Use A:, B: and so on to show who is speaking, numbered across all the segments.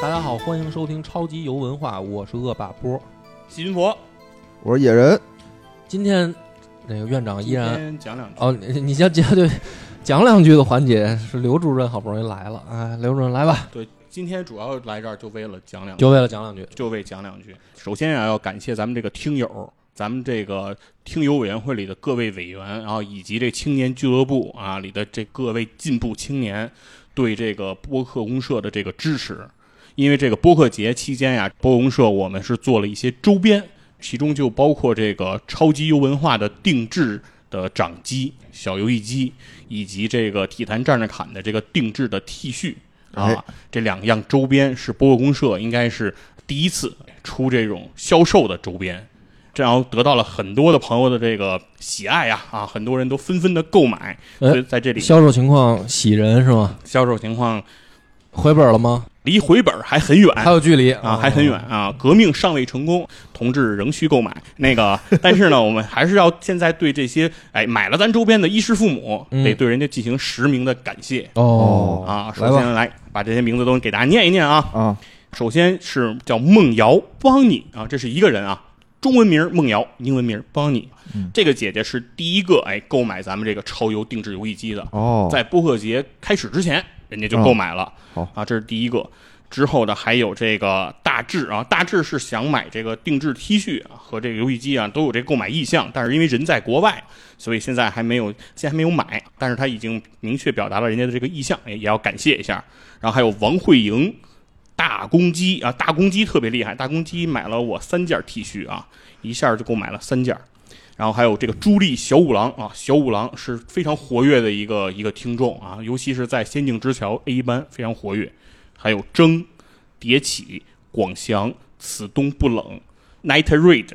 A: 大家好，欢迎收听超级游文化，我是恶霸波。
B: 细菌佛
C: 我是野人，
A: 今天那个院长啊依然
B: 今天讲两句，
A: 哦，你你先接对讲两句的环节是刘主任好不容易来了，哎，刘主任来吧，
B: 对，今天主要来这儿就为了讲两句，
A: 就为了讲两句。
B: 就为讲两句。首先啊，要感谢咱们这个听友，咱们这个听友委员会里的各位委员，然后以及这青年俱乐部啊里的这各位进步青年对这个播客公社的这个支持。因为这个播客节期间呀、播客公社我们是做了一些周边，其中就包括这个超级优文化的定制的掌机、小游戏机，以及这个体坛战士侃的这个定制的 T 恤
C: 哎
B: 啊，这两样周边是播客公社应该是第一次出这种销售的周边，这然后得到了很多的朋友的这个喜爱呀啊，很多人都纷纷的购买，
A: 哎
B: 所以在这里
A: 销售情况喜人是吗？
B: 销售情况
A: 回本了吗？
B: 离回本还很远，
A: 还有距离
B: 啊，还很远。啊，革命尚未成功，同志仍需购买。那个， 但是呢，我们还是要现在对这些哎买了咱周边的衣食父母，
A: 嗯
B: 得对人家进行实名的感谢
A: 哦，
B: 啊。
C: 来吧
B: 首先来把这些名字都给大家念一念啊。
C: 啊，
B: 首先是叫梦瑶帮你啊，这是一个人啊，中文名梦瑶，英文名帮你。
C: 嗯
B: 这个姐姐是第一个哎购买咱们这个超游定制游戏机的，
C: 哦，
B: 在播客节开始之前，人家就购买了。
C: 哦
B: 啊，这是第一个。之后的还有这个大志啊，大志是想买这个定制 T 恤啊和这个游戏机啊都有这个购买意向，但是因为人在国外，所以现在还没有现在还没有买，但是他已经明确表达了人家的这个意向，也也要感谢一下。然后还有王慧莹。大公鸡啊，大公鸡特别厉害，大公鸡买了我三件 T 恤啊，一下就购买了三件。然后还有这个朱莉小五郎啊，小五郎是非常活跃的一个一个听众啊，尤其是在《仙境之桥》A 班非常活跃。还有争、迭起、广祥、此冬不冷、Night Raid、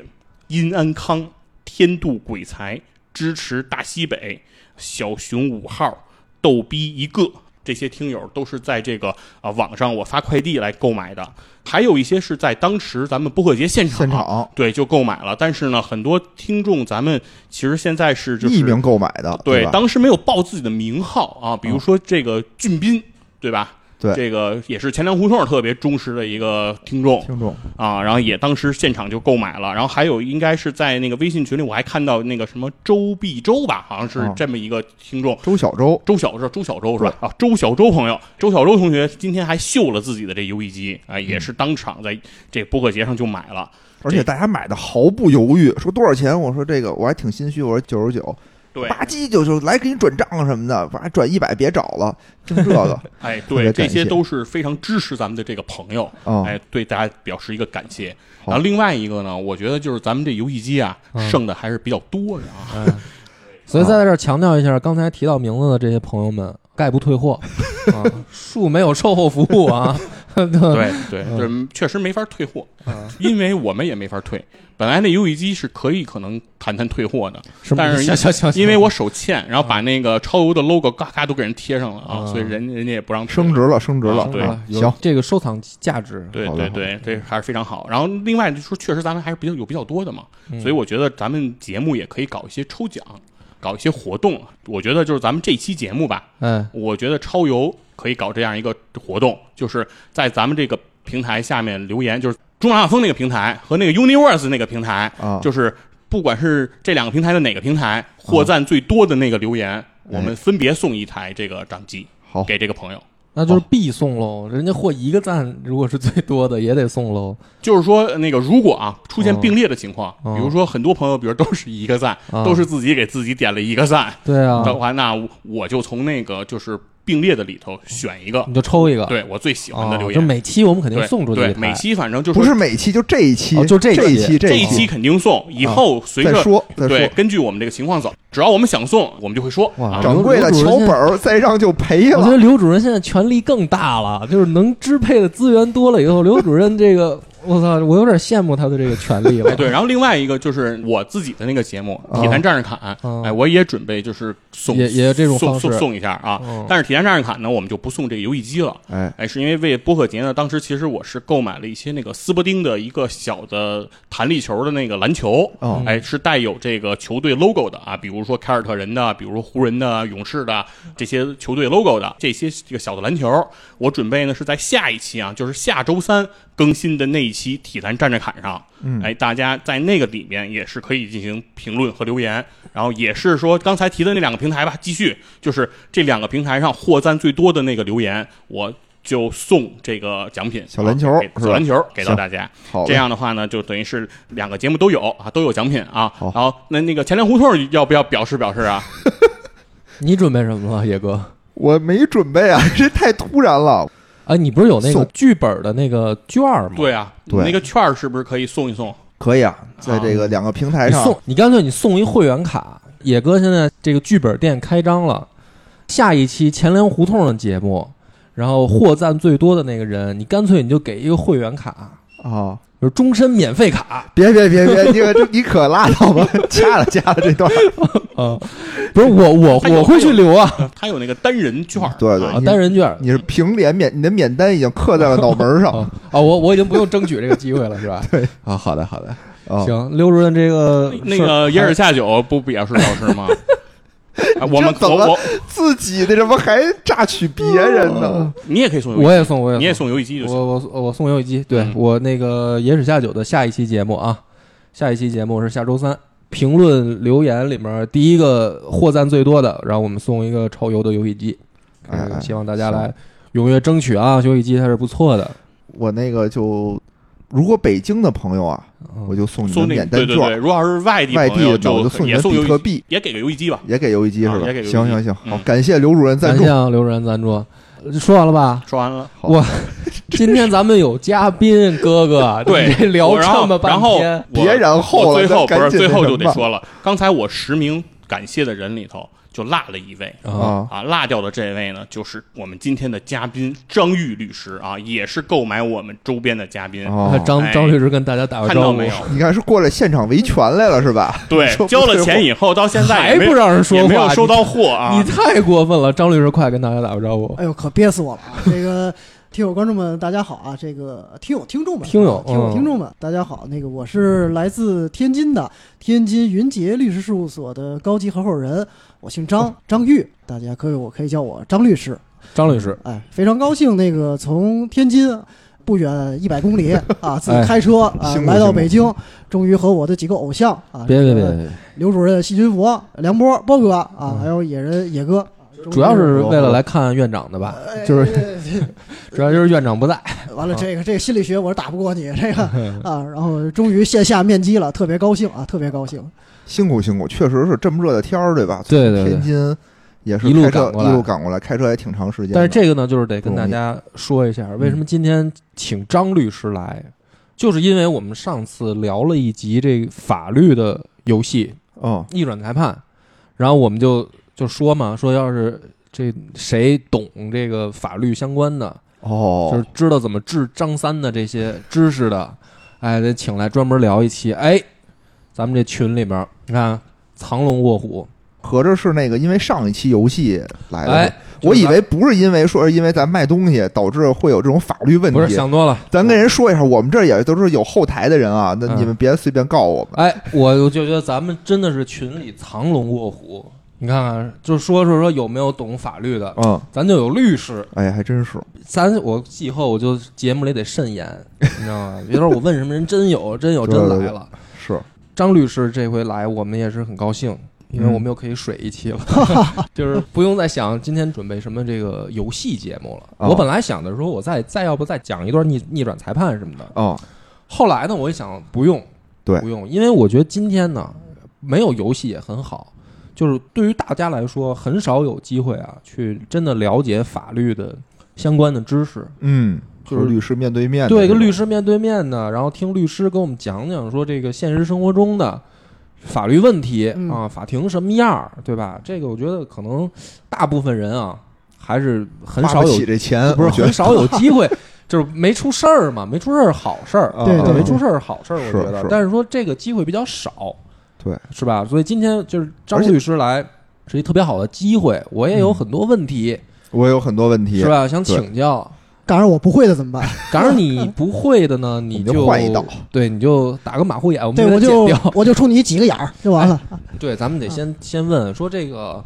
B: 阴安康、天妒鬼才、支持大西北、小熊五号、逗逼一个。这些听友都是在这个啊、网上我发快递来购买的，还有一些是在当时咱们播客节现场啊
C: 现场
B: 对，就购买了。但是呢，很多听众，咱们其实现在是就是
C: 匿名购买的，
B: 对，
C: 吧？嗯
B: 当时没有报自己的名号啊，比如说这个俊斌，对吧？
C: 对
B: 这个也是钱粮胡同特别忠实的一个听众
C: 听众
B: 啊，然后也当时现场就购买了，然后还有应该是在那个微信群里，我还看到那个什么周必周吧，好像是
C: 哦
B: 这么一个听众，
C: 周小周，
B: 周小是周小周是吧？啊，周小周朋友，周小周同学今天还秀了自己的这游戏机啊，
C: 嗯
B: 也是当场在这播客节上就买了，
C: 而且大家买的毫不犹豫，说多少钱？我说这个我还挺心虚，我说九十九，
B: 对，
C: 吧唧就就来给你转账什么的，反正转一百别找了，就这 个
B: 哎，
C: 别
B: 对，这
C: 感
B: 些
C: 谢
B: 都是非常支持咱们的这个朋友，
C: 啊，
B: 哎，对大家表示一个感谢。
C: 好
B: 然后另外一个呢，我觉得就是咱们这游戏机啊，
A: 嗯
B: 剩的还是比较多的啊。
A: 哎所以在这儿强调一下，刚才提到名字的这些朋友们，概不退货，啊，恕没有售后服务啊。
C: 嗯
A: 对，
B: 对对，就是确实没法退货，因为我们也没法退。本来那游戏机是可以可能谈谈退货的，
A: 什么
B: 但是
A: 行行
C: 啊
A: 行行，
B: 因为我手欠，然后把那个超游的 logo 嘎嘎都给人贴上了啊，
A: 嗯
B: 所以人人家也不让退
C: 升值了，升值了，
B: 对
C: 啊
A: 有
C: 行，
A: 这个收藏价值，
B: 对
C: 好
B: 对
C: 的
B: 对，这还是非常好。然后另外就是，确实咱们还是比较有比较多的嘛，
C: 嗯
B: 所以我觉得咱们节目也可以搞一些抽奖，搞一些活动。我觉得就是咱们这期节目吧，
A: 哎，
B: 我觉得超游可以搞这样一个活动，就是在咱们这个平台下面留言，就是中华风那个平台和那个 Universe 那个平台，
C: 啊，
B: 就是不管是这两个平台的哪个平台获赞最多的那个留言，我们分别送一台这个掌机
C: 哎好，
B: 给这个朋友。
A: 那就是必送喽。人家获一个赞，如果是最多的也得送 喽。
B: 就是说，那个如果啊出现并列的情况，
A: 哦
B: 比如说很多朋友，比如都是一个赞，
A: 哦
B: 都是自己给自己点了一个赞
A: 对啊，
B: 的话，那我就从那个就是并列的里头选一个，
A: 你就抽一个，
B: 对我最喜欢的
A: 啊
B: 留
A: 嗯
B: 言
A: 就。每期我们肯定
B: 对
A: 送出去一
B: 对，
A: 台
B: 每期反正就
C: 不是每期就这一期
A: 哦，就这一
C: 这
A: 期啊
C: 期，
B: 这
C: 一
B: 一期肯定送，以后随
C: 再
B: 着
C: 说再
B: 对
C: 说。
B: 根据我们这个情况走，只要我们想送，我们就会说
A: 哇
B: 啊
A: 这。
C: 掌柜的
A: 刘主任
C: 桥
A: 现在
C: 本儿再让就赔
A: 哎我觉
C: 了，
A: 得刘主任现在权力更大了，就是能支配的资源多了以后，刘主任这个我操，我有点羡慕他的这个权利了。
B: 哎，对，然后另外一个就是我自己的那个节目
C: 啊
B: 《体坛战士侃》，
A: 啊
B: 哎，我也准备就是送
A: 也也有这种
B: 送
A: 方式
B: 送送一下啊。
A: 嗯
B: 但是《体坛战士侃》呢，我们就不送这个游戏机了。
C: 哎，
B: 哎，是因为为播客节呢，当时其实我是购买了一些那个斯伯丁的一个小的弹力球的那个篮球，
C: 哦
B: 哎，是带有这个球队 logo 的啊，比如说凯尔特人的，比如说湖人的、勇士的这些球队 logo 的这些这个小的篮球，我准备呢是在下一期啊，就是下周三更新的那一期《体坛战战侃》上，
C: 嗯
B: 哎，大家在那个里面也是可以进行评论和留言，然后也是说刚才提的那两个平台吧，继续就是这两个平台上获赞最多的那个留言，我就送这个奖品
C: 小篮球
B: 啊给
C: 是吧
B: 小篮球给到
C: 行
B: 大家。
C: 好
B: 这
C: 嘞，
B: 样的话呢，就等于是两个节目都有啊，都有奖品啊。
C: 好
B: 然后那那个钱粮胡同要不要表示表示啊？
A: 你准备什么了，野哥？
C: 我没准备啊， 这太突然了。
A: 啊，你不是有那个
C: 送
A: 剧本的那个券儿吗？
B: 对啊，
C: 对
B: 那个券儿是不是可以送一送？
C: 可以啊，在这个两个平台
A: 你
C: 上，
A: 送你干脆你送一会员卡。野哥现在这个剧本店开张了，下一期钱粮胡同的节目，然后获赞最多的那个人，你干脆你就给一个会员卡，
C: 啊！
A: 就是终身免费卡。
C: 别别别别，你可你可拉倒吧，掐了掐了这段。
A: 嗯，不是我我
B: 哎呦
A: 我会去留啊，
B: 它有那个单人券儿，
C: 对对
B: 啊
A: 啊单人券儿
C: 你是平脸免，你的免单已经刻在了脑门上
A: 啊啊，我我已经不用争取这个机会了，是吧？
C: 对
A: 啊，好的好的，
C: 啊。
A: 行，刘主任这个
B: 那
A: 事儿
B: 个野尔下酒不表示表示 吗？啊我们
C: 这怎
B: 我
C: 么
B: 我
C: 自己的，怎么还榨取别人呢？
B: 你也可以送游戏
A: 我也送我也
C: 嗯
B: 你也送游戏机就行。
A: 我我我送游戏机，对、
B: 嗯
A: 我那个野史下酒的下一期节目啊，下一期节目是下周三，评论留言里面第一个获赞最多的，然后我们送一个超游的游戏机，
C: 哎哎
A: 嗯希望大家来踊跃争取啊，游戏机还是不错的，
C: 我那
A: 哦
C: 个就，如果北京的朋友啊，
A: 嗯
C: 我就送你
B: 送
C: 们
B: 那
C: 免
B: 对
C: 单
B: 对对，
C: 券；
B: 如果要是外地
C: 外
B: 朋友
C: 地的我
B: 就
C: 就送你
B: 也
C: 们
B: 送游
C: 比
B: 戏
C: 特
B: 机，
C: 币，
B: 也给个游戏机吧。
C: 也给游戏机
B: 啊
A: 哦
C: 是吧
B: 也给？游戏机
C: 行行行，好，
B: 嗯
C: 感谢刘主任赞
A: 感
C: 助
A: 谢。啊刘主任赞助，呃说完了吧？
B: 说完了，
C: 好
A: 哇，今天咱们有嘉宾哥哥，
B: 对
A: 你这，聊
B: 我然
A: 这
B: 后
A: 么半
B: 然后
A: 天，
B: 我
C: 别然后
B: 我
C: 了，
B: 最后
C: 咱
B: 不是
C: 赶紧
B: 最
C: 那
B: 后
C: 什
B: 就
C: 么
B: 得说了，刚才我十名感谢的人里头就落了一位。
A: 啊，
C: 啊，
B: 啊，落掉的这位呢，就是我们今天的嘉宾张玉律师啊，也是购买我们周边的嘉宾，
A: 啊
C: 哦，
A: 张
B: 哎
A: 张律师跟大家打个
B: 看
A: 招
B: 到
A: 呼
B: 没有，？
C: 你看是过来现场维权来了是吧？
B: 对
C: 说，不
B: 交了
C: 退
B: 钱
C: 货
B: 以后到现在
A: 还
B: 也没
A: 不让人说话，
B: 也没有收
A: 你
B: 到货啊。
A: 你太过分了，张律师，快跟大家打个招呼。
D: 哎呦，可憋死我了！啊！这个听友观众们，大家好啊！这个听友听众们，
A: 听友
D: 啊听友
A: 嗯
D: 听众们，大家好。那个我是来自天津的天津云杰律师事务所的高级合伙人，我姓张，张玉，大家可以我可以叫我张律师。
A: 张律师，
D: 哎，非常高兴，那个从天津不远一百公里啊，自己
A: 哎
D: 开车啊
C: 辛苦
D: 来
C: 辛
D: 到
C: 苦
D: 北京，终于和我的几个偶像啊，
A: 别别别，
D: 这个
A: 别
D: 刘主任、细菌佛、梁波、波哥啊
A: 嗯，
D: 还有野人野哥。终于
A: 主要是哎为了来看院长的吧， 就是
D: 是
A: 主要就是院长不在，
D: 完了，这个这个心理学我是打不过你这个啊，然后终于线下面基了，特别高兴啊，特别高兴。
C: 辛苦辛苦，确实是这么热的天儿，对 吧？
A: 对对对
C: 天津也是
A: 一路
C: 开车
A: 赶过来
C: 一路赶过来，开车也挺长时间的。
A: 但是这个呢，就是得跟
C: 不
A: 大
C: 容易
A: 家说一下，为什么今天请张律师来，就是因为我们上次聊了一集这个法律的游戏
C: 哦，
A: 逆转裁判，然后我们就就说嘛，说要是这谁懂这个法律相关的，就
C: 哦
A: 是，知道怎么治张三的这些知识的，哎，得请来专门聊一期。哎，咱们这群里面，你看藏龙卧虎，
C: 合着是那个因为上一期游戏来的。
A: 哎，
C: 我以为不是因为说是因为咱卖东西导致会有这种法律问
A: 不是
C: 题，
A: 想多了。
C: 咱跟人说一下，我们这儿也都是有后台的人啊，那
A: 嗯
C: 你们别随便告我们。
A: 哎，我我就觉得咱们真的是群里藏龙卧虎。你看看，就说说说有没有懂法律的，
C: 嗯，
A: 咱就有律师。
C: 哎呀，还真是，
A: 咱我以后我就节目里得慎言，你知道吗？别说我问什么人，真有真有
C: 对
A: 真
C: 对对
A: 来了。
C: 是
A: 张律师这回来，我们也是很高兴，
C: 嗯
A: 因为我们又可以水一 期了，就是不用再想今天准备什么这个游戏节目了。
C: 哦
A: 我本来想的说，我再再要不再讲一段逆逆转裁判什么的。
C: 哦，
A: 后来呢，我一想不用，
C: 对
A: 不用，因为我觉得今天呢，没有游戏也很好。就是对于大家来说，很少有机会啊，去真的了解法律的相关的知识。
C: 嗯，
A: 就
C: 和
A: 是
C: 律师面对面的
A: 对，
C: 那种，
A: 跟律师面对面的，然后听律师跟我们讲讲说这个现实生活中的法律问题、
D: 嗯
A: 啊，法庭什么样儿，对吧？这个我觉得可能大部分人啊还是很
C: 花
A: 少
C: 不
A: 有呃
C: 起，这钱，
A: 不是
C: 我觉得
A: 很少有机会就是没出事儿嘛，没出事儿好事儿，
C: 啊
D: 对
A: 啊
D: 对
A: 没
D: 对
A: 出事儿好事儿，我
C: 是
A: 觉得
C: 是。
A: 但是说这个机会比较少，
C: 对，
A: 是吧？所以今天就是张
C: 而且
A: 律师来是一特别好的机会，我也有很多问题，
C: 我有很多问题，
A: 是吧？想
C: 对
A: 请教。
D: 赶上我不会的怎么办？
A: 赶上你不会的 呢，你
C: 我们就换一道
A: 对，你就打个马虎眼，我们
D: 对，
A: 给它
D: 我就
A: 剪掉。哎嗯
D: 我就冲你几个眼儿就完了。
A: 对，咱们得先先问说这个，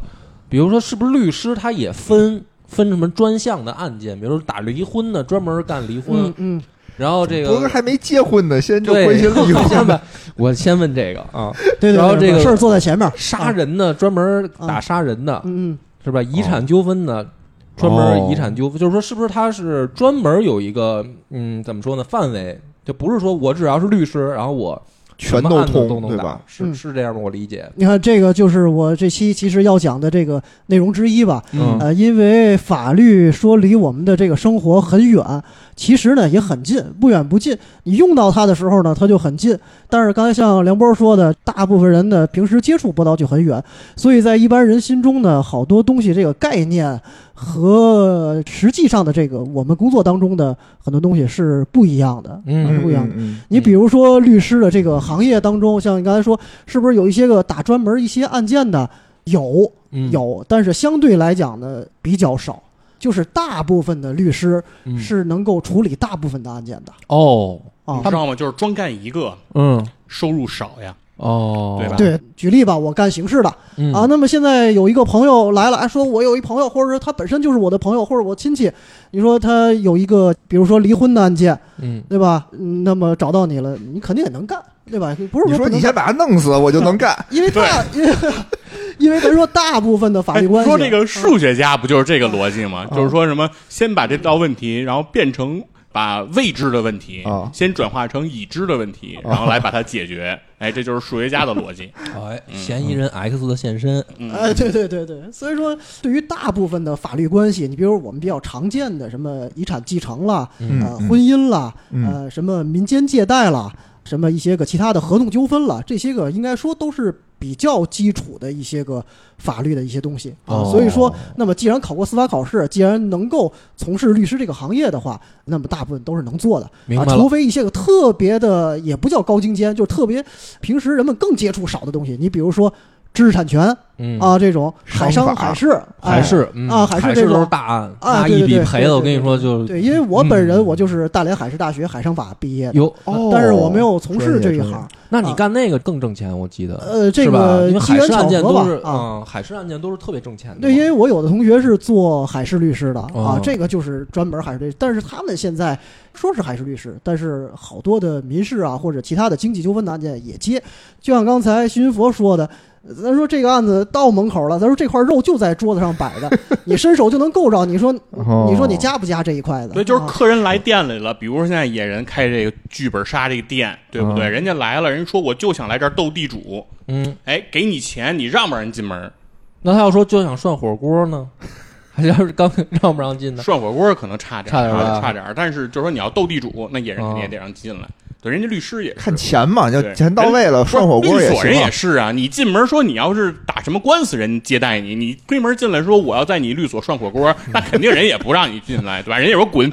A: 比如说是不是律师他也分分什么专项的案件，比如说打离婚的专门干离婚
D: 嗯，嗯，
A: 然后这
C: 不是
A: 个
C: 还没结婚呢，先就
A: 对，
C: 回 去嗯立
A: 先
C: 婚
A: 问我先问这个啊，
D: 对对对，
A: 然后这个
D: 事儿坐在前面，
A: 杀人的专门打杀人的
D: 嗯嗯。
A: 是吧？遗产纠纷的。专门遗产纠
C: 哦
A: 纷，就是说，是不是他是专门有一个，嗯，怎么说呢？范围就不是说我只要是律师，然后我
C: 全
A: 什么
C: 都
A: 案子都
C: 通，
A: 能
C: 对
A: 打
C: 吧？，
A: 是
D: 嗯
A: 是这样吗？我理解，
D: 你看，这个就是我这期其实要讲的这个内容之一吧。
A: 嗯
D: 呃，因为法律说离我们的这个生活很远，其实呢也很近，不远不近。你用到它的时候呢，它就很近。但是刚才像梁波说的，大部分人呢平时接触不到就很远，所以在一般人心中呢，好多东西这个概念和实际上的这个我们工作当中的很多东西是不一样的，
A: 嗯
D: 啊是不一样的。
C: 嗯
D: 你比如说律师的这个行业当中，像你刚才说，是不是有一些个打专门一些案件的？有
A: 嗯
D: 有，但是相对来讲呢比较少，就是大部分的律师
A: 嗯
D: 是能够处理大部分的案件的
A: 哦，
D: 啊
B: 你知。道吗？就是专干一个，
A: 嗯
B: 收入少呀。
A: 哦，
B: 对吧
D: 对，举例吧，我干刑事的
A: 嗯
D: 啊，那么现在有一个朋友来了，哎，说我有一朋友，或者是他本身就是我的朋友，或者我亲戚，你说他有一个，比如说离婚的案件，
A: 嗯
D: 对吧？嗯那么找到你了，你肯定也能干，对吧？不是
C: 你说
D: 不能
C: 你先把他弄死，我就能干。
D: 因为大，因为因为咱说大部分的法
B: 哎
D: 律关系，啊
B: 说这个数学家不就是这个逻辑吗？就是说什么先把这道问题，然后变成把未知的问题
C: 啊
B: 先转化成已知的问题，然后来把它解决。哎，这就是数学家的逻辑。
A: 哎，
C: 嗯
A: 嫌疑人 X 的现身，
B: 嗯，
D: 哎，对对对对，所以说对于大部分的法律关系，你比如我们比较常见的什么遗产继承啦，
A: 嗯
D: 呃，婚姻啦，
C: 嗯
D: 呃，什么民间借贷啦，什么一些个其他的合同纠纷啦，这些个应该说都是比较基础的一些个法律的一些东西啊。
A: 哦
D: 所以说，那么既然考过司法考试，既然能够从事律师这个行业的话，那么大部分都是能做的。
A: 明
D: 啊，
A: 白了
D: 除非一些个特别的，也不叫高精尖，就是特别平时人们更接触少的东西。你比如说知识产权
A: 嗯，
D: 啊，这种
C: 商
D: 海商、
C: 法
D: 海事、
A: 海事
D: 哎啊，海
A: 海事
D: 事这
A: 都是嗯
D: 种。
A: 大案，
D: 啊
A: 那
D: 对
A: 一
D: 对
A: 笔
D: 对
A: 赔的，
D: 对
A: 我跟你
D: 对
A: 说就
D: 对，因为我本人
A: 嗯
D: 我就是大连海事大学海商法毕业的，
A: 有。
C: 哦
D: 但是我没有从事这一
C: 专业
D: 行。
A: 那你
D: 啊
A: 干那个更挣钱，我记得，
D: 呃这
A: 是吧
D: 个
A: 因为
D: 机
A: 海
D: 缘
A: 事案
D: 巧
A: 件
D: 合
A: 都
D: 吧
A: 是，
D: 啊
A: 嗯，海事案件都是特别挣钱的嘛。
D: 对，因为我有的同学是做海事律师的
A: 哦
D: 啊，这个就是专门海事律师。但是他们现在说是海事律师，但是好多的民事啊或者其他的经济纠纷的案件也接。就像刚才徐云佛说的，咱说这个案子到门口了，咱说这块肉就在桌子上摆着， 你伸手就能够着。你说，
C: 哦
D: 你说你夹不夹这一块子？
B: 对，就是
D: 啊
B: 客人来店里了，比如说现在野人开这个剧本杀这个店，对不对？人家来了，人说我就想来这儿斗地主，
A: 嗯，
B: 哎，给你钱，你让不让人进门？
A: 那他要说就想涮火锅呢， 还要是刚 让不让进呢？
B: 涮火锅可能差点，
A: 差点儿吧
B: 差点儿。但是就是说你要斗地主，那野人肯定也得让进来。对，人家律师也是
C: 看钱嘛，要
B: 对
C: 钱到位了，涮火锅
B: 律
C: 也
B: 所人
C: 行
B: 也
C: 啊。
B: 是啊，你进门说你要是打什么官司，人接待你，你推门进来说我要在你律所涮火 锅，那肯定人也不让你进来，对吧？人也说滚，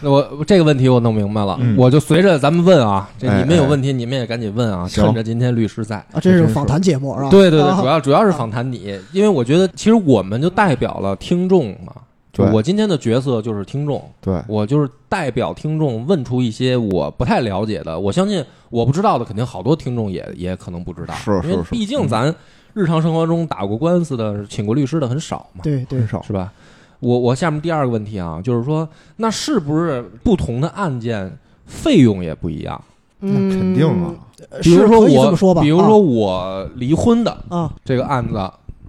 A: 那我这个问题我弄明白了，
C: 嗯
A: 我就随着咱们问啊，这
C: 哎
A: 你们有
C: 哎
A: 问题你们也赶紧问啊，
C: 行
A: 趁着今天律师在。
D: 啊，这是访谈节目是吧？
A: 对对对，
D: 啊
A: 主要主要是访谈你，因为我觉得其实我们就代表了听众嘛。就
C: 对
A: 我今天的角色就是听众，
C: 对，
A: 我就是代表听众问出一些我不太了解的，我相信我不知道的，肯定好多听众也也可能不知道，
C: 是是
A: 因为
C: 是嗯
A: 毕竟咱日常生活中打过官司的、请过律师的很少嘛，
D: 对对
C: 很，少。
A: 是吧？我我下面第二个问题啊，就是说，那是不是不同的案件费用也不一样？
C: 那肯定啊，
D: 嗯，
A: 比如
D: 是
A: 说
D: 可以
A: 我，
D: 这么说吧，
A: 比如说我离婚的，
D: 啊啊，
A: 这个案子，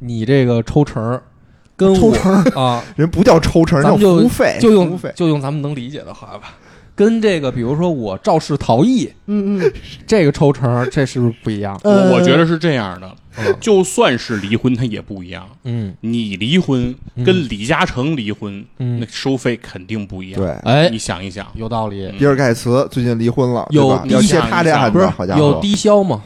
A: 你这个抽成儿跟
D: 抽
A: 我
D: 成儿 哎
A: 啊，
C: 人不叫抽成，
A: 咱
C: 叫
A: 们就
C: 服务费，
A: 就
C: 服务
A: 用
C: 费。
A: 就用咱们能理解的话吧，跟这个比如说我肇事逃逸
D: 嗯嗯，
A: 这个抽成儿，这是不是不一样？
D: 呃，
B: 我我觉得是这样的，
A: 嗯
B: 就算是离婚，它也不一样。
A: 嗯
B: 你离婚
C: 嗯
B: 跟李嘉诚离婚，那
A: 嗯，
B: 收费肯定不一样。
C: 对，啊
A: 哎
B: 你，想一想，
A: 有道理，
B: 嗯
C: 比尔盖茨最近离婚了，
A: 有
C: 对吧？
A: 低
C: 要借
B: 下
C: 他这案
B: 不
C: 子，
B: 是
C: 好家伙，
A: 有低消吗？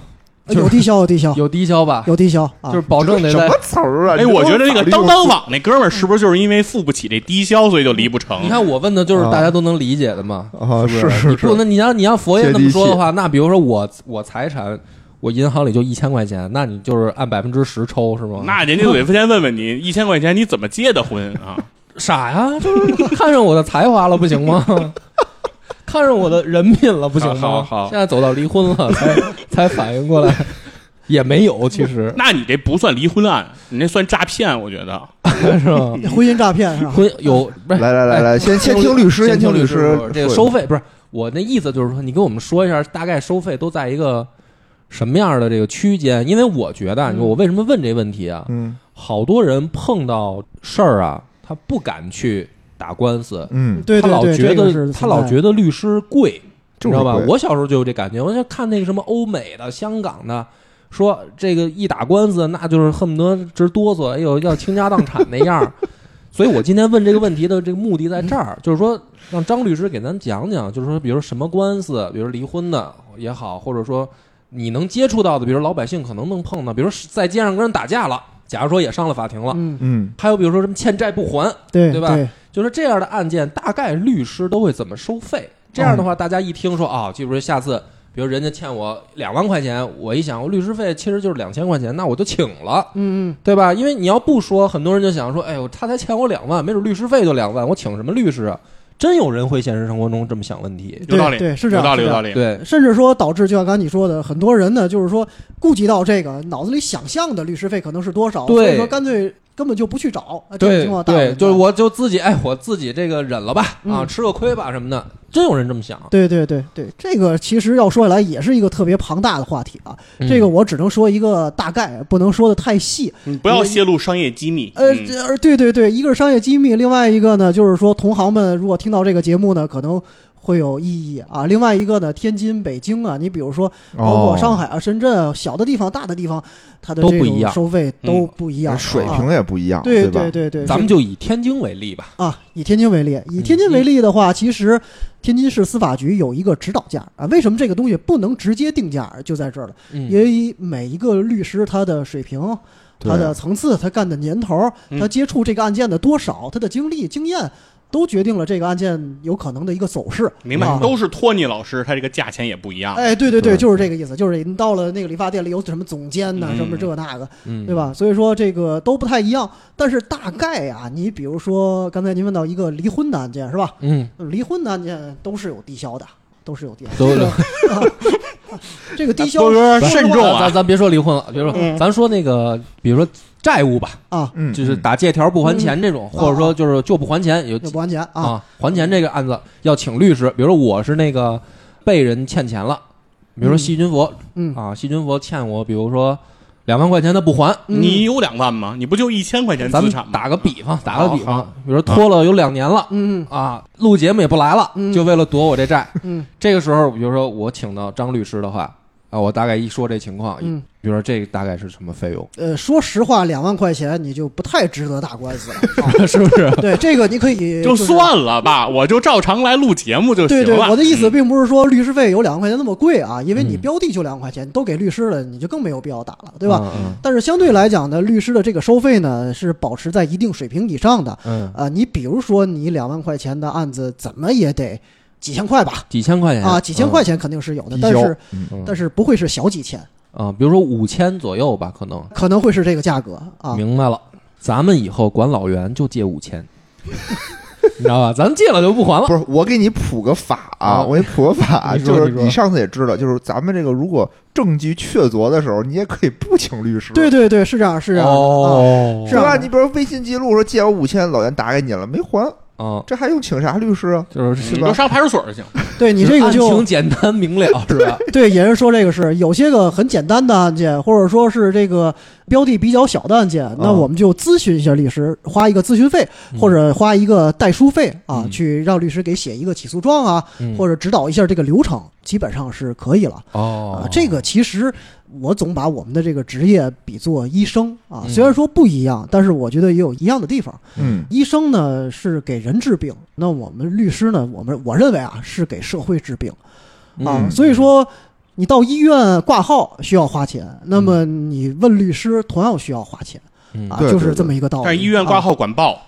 A: 就是
D: 呃有低消有低消
A: 有低消吧，
D: 啊有低消啊
A: 就是，保证得
C: 什
A: 在
C: 么词儿啊？
B: 哎，我觉得那
C: 这
B: 个当当网那哥们儿是不是就是因为付不起这低消，所以就离不成
A: 你？看我问的就是
C: 啊
A: 大家都能理解的嘛，
C: 啊，
A: 是
C: 是
A: 你
C: 是
A: 不
C: 是，
A: 能你让你让佛爷
C: 接
A: 那
C: 地
A: 么说的话，那比如说我我财产我银行里就一千块钱，那你就是按百分之十抽是吗？
B: 那人家得先问问你，一千块钱你怎么结的婚啊？
A: 傻呀，就是 看上我的才华了不行吗？ 看上我的人品了不行吗？
B: 好好好
A: 现在走到离婚了才才反应过来，也没有其实
B: 那你这不算离婚案，你那算诈骗，我觉得。
A: 是吗？
D: 婚姻诈骗是吧？
A: 婚有不是
C: 来来来来，先先听律师，
A: 先
C: 听
A: 律
C: 师
A: 这个收费不是我那意思，就是说你跟我们说一下大概收费都在一个什么样的这个区间？因为我觉得啊，你说我为什么问这问题啊？
C: 嗯
A: 好多人碰到事儿啊，他不敢去打官司，
C: 嗯，
D: 对
A: 他
D: 对
A: 老
D: 对，
A: 觉
D: 这个是
A: 得他老觉得律师贵，你
C: 就
A: 知道
C: 是
A: 吧？
C: 贵
A: 我小时候就有这感觉，我就看那个什么欧美的、香港的。说这个一打官司，那就是恨不得直哆嗦，哎呦，要倾家荡产那样 儿。所以我今天问这个问题的这个目的在这儿，就是说让张律师给咱讲讲，就是说，比如什么官司，比如离婚的也好，或者说你能接触到的，比如老百姓可能能碰到，比如是在街上跟人打架了，假如说也上了法庭了，
D: 嗯，
C: 嗯
A: 还有比如说什么欠债不还，
D: 对
A: 对吧就是这样的案件，大概律师都会怎么收费？这样的话，大家一听说啊，就比如下次，比如人家欠我两万块钱，我一想，我律师费其实就是两千块钱，那我就请了，
D: 嗯
A: 对吧？因为你要不说，很多人就想说，哎呦，他才欠我两万，没准律师费就两万，我请什么律师啊？真有人会现实生活中这么想问题
B: 有
D: 嗯，，
B: 道理，
D: 对是啊这
B: 有
D: 样，
B: 道理，
D: 是
B: 有
D: 这样
B: 道理。
A: 对，
D: 甚至说导致，就像刚才你说的，很多人呢，就是说顾及到这个，脑子里想象的律师费可能是多少，
A: 对
D: 所以说干脆根本就不去找。啊这种情况
A: 对
D: 大有
A: 对，
D: 人在
A: 就是，我就自己哎，我自己这个忍了吧，啊，
D: 嗯
A: 吃个亏吧什么的，真有人这么想。
D: 对对对对，这个其实要说起来也是一个特别庞大的话题啊，这个
A: 嗯
D: 我只能说一个大概，不能说的太细。
B: 你不要泄露商业机密。
D: 呃，
B: 嗯
D: 这呃对对对，一个是商业机密，另外一个呢，就是说同行们如果听到这个节目呢，可能会有异议啊。另外一个呢，天津、北京啊，你比如说
A: 哦
C: 哦
D: 包括上海啊、深圳啊，小的地方、大的地方，它的
A: 都
D: 这
A: 不
D: 种
A: 一样嗯
D: 收费都不一样，
C: 水
D: 啊
C: 平也不一样，
D: 对
C: 吧
D: 对？对对，
A: 咱们就以天津为例吧，
D: 啊，以天津为例，以天津为例的话，其实天津市司法局有一个指导价啊。为什么这个东西不能直接定价，就在这儿了，
A: 嗯
D: 因为每一个律师他的水平。
C: 对
D: 他的层次、他干的年头、
B: 嗯
D: 他接触这个案件的多少、他的经历、经验，都决定了这个案件有可能的一个走势。
B: 明白
D: 啊，
B: 都是托尼老师，他这个价钱也不一样。
D: 哎，对对
C: 对
D: 对，就是这个意思，就是你到了那个理发店里有什么总监呐、
B: 嗯
D: 什么这那个，
A: 嗯
D: 对？吧？所以说这个都不太一样，但是大概啊，你比如说刚才您问到一个离婚的案件是吧？
A: 嗯，
D: 离婚的案件都是有低消的，都是有低消的。
A: 都
D: 这个 这个低消
B: 波哥
D: 说实话
B: 慎重
A: 咱
B: 啊！
A: 咱别说离婚了，比如说、
B: 嗯
A: 咱说那个，比如说债务吧，
D: 啊，
C: 嗯，
A: 就是打借条不还钱这种，或者说就是就不还钱有
D: 这嗯哦不安全
A: 啊
D: 啊。
A: 还钱这个案子要请律师。比如说我是那个被人欠钱了，比如说细菌佛、
D: 嗯，
A: 啊，细菌佛欠我，比如说两万块钱他不还，
D: 嗯
B: 你有两万吗？你不就一千块钱
A: 咱
B: 资
A: 们
B: 产吗？
A: 打个比方，打个比
B: 好
A: 方，比如说拖了有两年了。
D: 嗯
A: 啊，录节目也不来了，
D: 嗯
A: 就为了躲我这债。
D: 嗯
A: 这个时候，比如说我请到张律师的话，啊，我大概一说这情况，
D: 嗯，
A: 比如说这大概是什么费用，
D: 呃，说实话，两万块钱你就不太值得打官司了。啊
A: 是不是？
D: 对，这个你可以
B: 就是算了吧，我就照常来录节目就行
D: 对
B: 了。
D: 对，我的意思并不是说律师费有两万块钱那么贵啊，因为你
A: 嗯
D: 标的就两万块钱，你都给律师了，你就更没有必要打了，对吧？
A: 嗯？
D: 但是相对来讲呢，律师的这个收费呢是保持在一定水平以上的。
A: 嗯，嗯
D: 啊，你比如说你两万块钱的案子，怎么也得几千块吧？
A: 几千块钱
D: 啊，几千块钱肯定是有的，但是
C: 嗯
A: 嗯
D: 但是不会是小几千，
A: 啊，比如说五千左右吧，可能。
D: 可能会是这个价格啊。
A: 明白了，咱们以后管老袁就借五千， 你知道吧？咱们借了就不还了。
C: 不是，我给你普个法啊，
A: 啊
C: 我给你普个法，
A: 你说
C: 就是
A: 你说
C: 你上次也知道，就是咱们这个如果证据确凿的时候，你也可以不请律师。
D: 对对对，是这样，是这样的。啊
A: 哦
D: 是
C: 对
D: 啊
C: 吧？你比如微信记录说借我五千，老袁打给你了，没还，
A: 嗯，
C: 这还用请啥律师啊？
A: 就是
B: 嗯
A: 是
B: 你
A: 吧
B: 就上派出所就行。
D: 对你这个
A: 案
D: 就
A: 情简单明了，是吧？
D: 对，也是说这个是有些个很简单的案件，或者说是这个标的比较小的案件，那
A: 嗯
D: 我们就咨询一下律师，花一个咨询费或者花一个代书费啊，
A: 嗯
D: 去让律师给写一个起诉状啊， 或
A: 者
D: 者指导一下这个流程，基本上是可以了。
A: 哦
D: 啊，，这个其实我总把我们的这个职业比作医生啊，
A: 嗯
D: 虽然说不一样，但是我觉得也有一样的地方。
C: 嗯，
D: 医生呢是给人治病，那我们律师呢，我们我认为啊是给社会治病啊，
A: 嗯
D: 所以说。你到医院挂号需要花钱，那么你问律师同样需要花钱
A: 嗯
D: 啊，
C: 对
D: 就
C: 对
D: 是
C: 对
D: 这么一个道理。
B: 但是医院挂
D: 啊
B: 号管爆，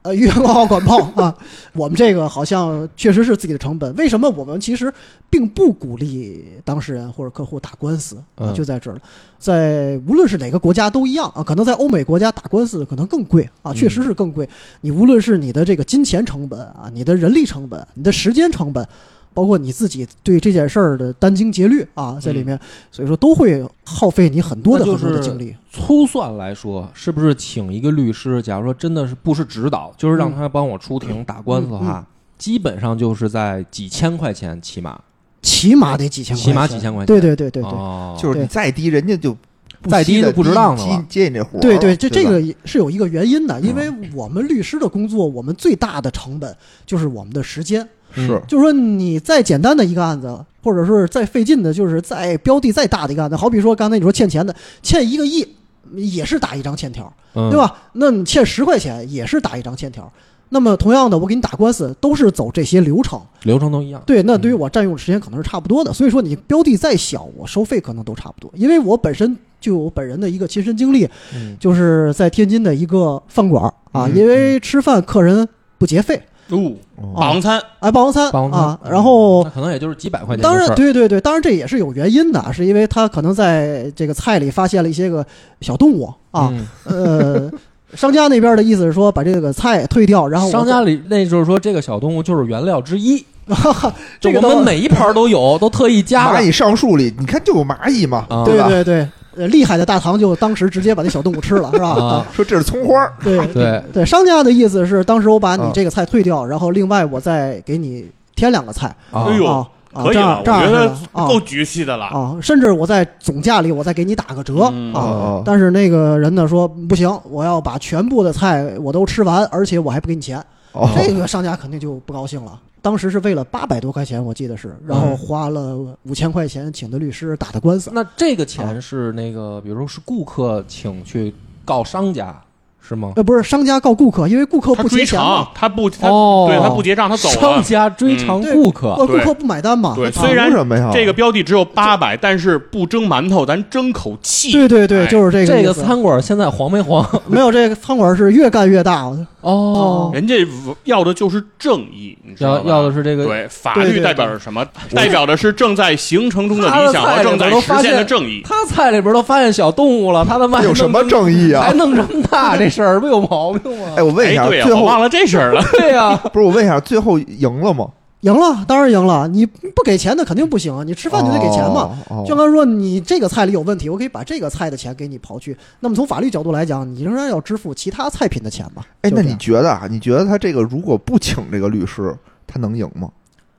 D: 呃，医院挂号管爆啊，我们这个好像确实是自己的成本。为什么我们其实并不鼓励当事人或者客户打官司啊？
A: 嗯
D: 就在这儿了，在无论是哪个国家都一样啊，可能在欧美国家打官司可能更贵
A: 嗯
D: 啊，确实是更贵。你无论是啊你的这个金钱成本啊，你的人力成本，你的时间成本。包括你自己对这件事儿的殚精竭虑啊，在里面，所以说都会耗费你很多
A: 嗯
D: 的
A: 那就
D: 很多
A: 是
D: 的精力。
A: 粗算来说，是不是请一个律师？假如说真的是不是指导，就是让他帮我出庭打官司的
D: 嗯
A: 话，基本上就是在几千块钱起码，
D: 起码得几千块
A: 起
D: 钱，
A: 码几千块钱
D: 对对对对对，
A: 哦，
C: 就是你
D: 对
C: 再低，人家就不
A: 再低
C: 惜
A: 就
C: 地
A: 不值当了
C: 接
A: 吧
C: 接你这活儿了。
D: 对对，这这
C: 吧嗯
D: 个也是有一个原因的，因为我们律师的工作，我们最大的成本就是我们的时间。
A: 嗯
C: 是
D: 就是说，你再简单的一个案子，或者是再费劲的，就是再标的再大的一个案子，好比说刚才你说欠钱的，欠一个亿也是打一张欠条，
A: 嗯
D: 对？吧？那你欠十块钱也是打一张欠条。那么同样的，我给你打官司都是走这些流程，
A: 流程都一样。
D: 对，那
C: 嗯
D: 对于我占用的时间可能是差不多的。所以说，你标的再小，我收费可能都差不多，因为我本身就有我本人的一个亲身经历，
A: 嗯
D: 就是在天津的一个饭馆儿啊，
A: 嗯
D: 因为吃饭客人不结费，
B: 哦，
C: 哦
B: 霸王餐，
D: 哎，霸王餐
A: 霸王餐
D: 啊，然后
A: 嗯那可能也就是几百块钱的
D: 当然
A: 事儿。
D: 对对对，当然这也是有原因的，是因为他可能在这个菜里发现了一些个小动物啊，
A: 嗯
D: 呃，商家那边的意思是说把这个菜退掉，然后我
A: 商家里那就是说，这个小动物就是原料之一，就
D: 这个
A: 我
D: 倒
A: 们每一盘都 有，都特意加
C: 蚂
A: 了。
C: 蚁上树里，你看就有蚂蚁嘛，
A: 啊
D: 对
C: 吧？
D: 对对，呃厉害的大唐就当时直接把那小动物吃了，是吧？
A: 啊，
C: 说这是葱花儿，
D: 对
A: 对，
D: 对，商家的意思是，当时我把你
C: 啊
D: 这个菜退掉，然后另外我再给你添两个菜。
A: 啊
B: 哎呦
D: 啊啊，
B: 可以
D: 这
B: 了，
D: 样
B: 我
D: 这样
B: 觉
D: 是
B: 得
D: 吧啊
B: 够局气的了。
D: 啊，甚至我在总价里我再给你打个折、
B: 嗯
D: 啊。
C: 哦
D: 但是那个人呢说不行，我要把全部的菜我都吃完，而且我还不给你钱。
C: 哦，
D: 这个商家肯定就不高兴了。当时是为了八百多块钱，我记得是，然
B: 嗯
D: 后花了五千块钱请的律师打的官司。
A: 那这个钱是那个，比如说是顾客请去告商家是吗？
D: 呃，不是商家告顾客，因为顾客
B: 他
D: 不
B: 追
D: 结钱嘛
B: 偿，，他不，他
A: 哦，
B: 对他不结账，他走啊
A: 商
B: 了。
A: 家追偿
D: 嗯
A: 顾客，
D: 呃，顾
B: 对
D: 客不买单嘛。
B: 对
D: 啊
B: 虽然
C: 图什么呀？
B: 这个标的只有八百，但是不蒸馒头，咱蒸口气。
D: 对对对，
B: 哎
D: 就是这个
A: 这
D: 意
A: 个
D: 思
A: 餐馆现在黄没黄？
D: 没有这个餐馆是越干越大。
A: 哦，
B: 人家要的就是正义，你知道
A: 要
B: 吧？
A: 要的是这个
B: 对法
D: 对对
B: 律
D: 对
B: 代表着什么？代表的是正在形成中的理想
A: 他的
B: 和
A: 菜
B: 正在
A: 我都
B: 实
A: 发
B: 现的
A: 现
B: 正义。
A: 他菜里边都发现小动物了，他的妈
C: 有什么正义啊
A: 还？弄这么大这事儿，不有毛病吗
C: 哎，？我问
B: 哎，
C: 一下，
B: 对呀，
C: 最
B: 我
C: 后
B: 忘了这事 儿了。
A: 对呀，
C: 不是我问一下，最后赢了吗？
D: 赢了，当然赢了。你不给钱，那肯定不行啊！你吃饭就得给钱嘛。
C: 哦。
D: 就
C: 哦
D: 刚才说你这个菜里有问题，我可以把这个菜的钱给你刨去。那么从法律角度来讲，你仍然要支付其他菜品的钱嘛？
C: 哎，
D: 就
C: 那
D: 这
C: 你
D: 样
C: 觉得啊？你觉得他这个如果不请这个律师，他能赢吗？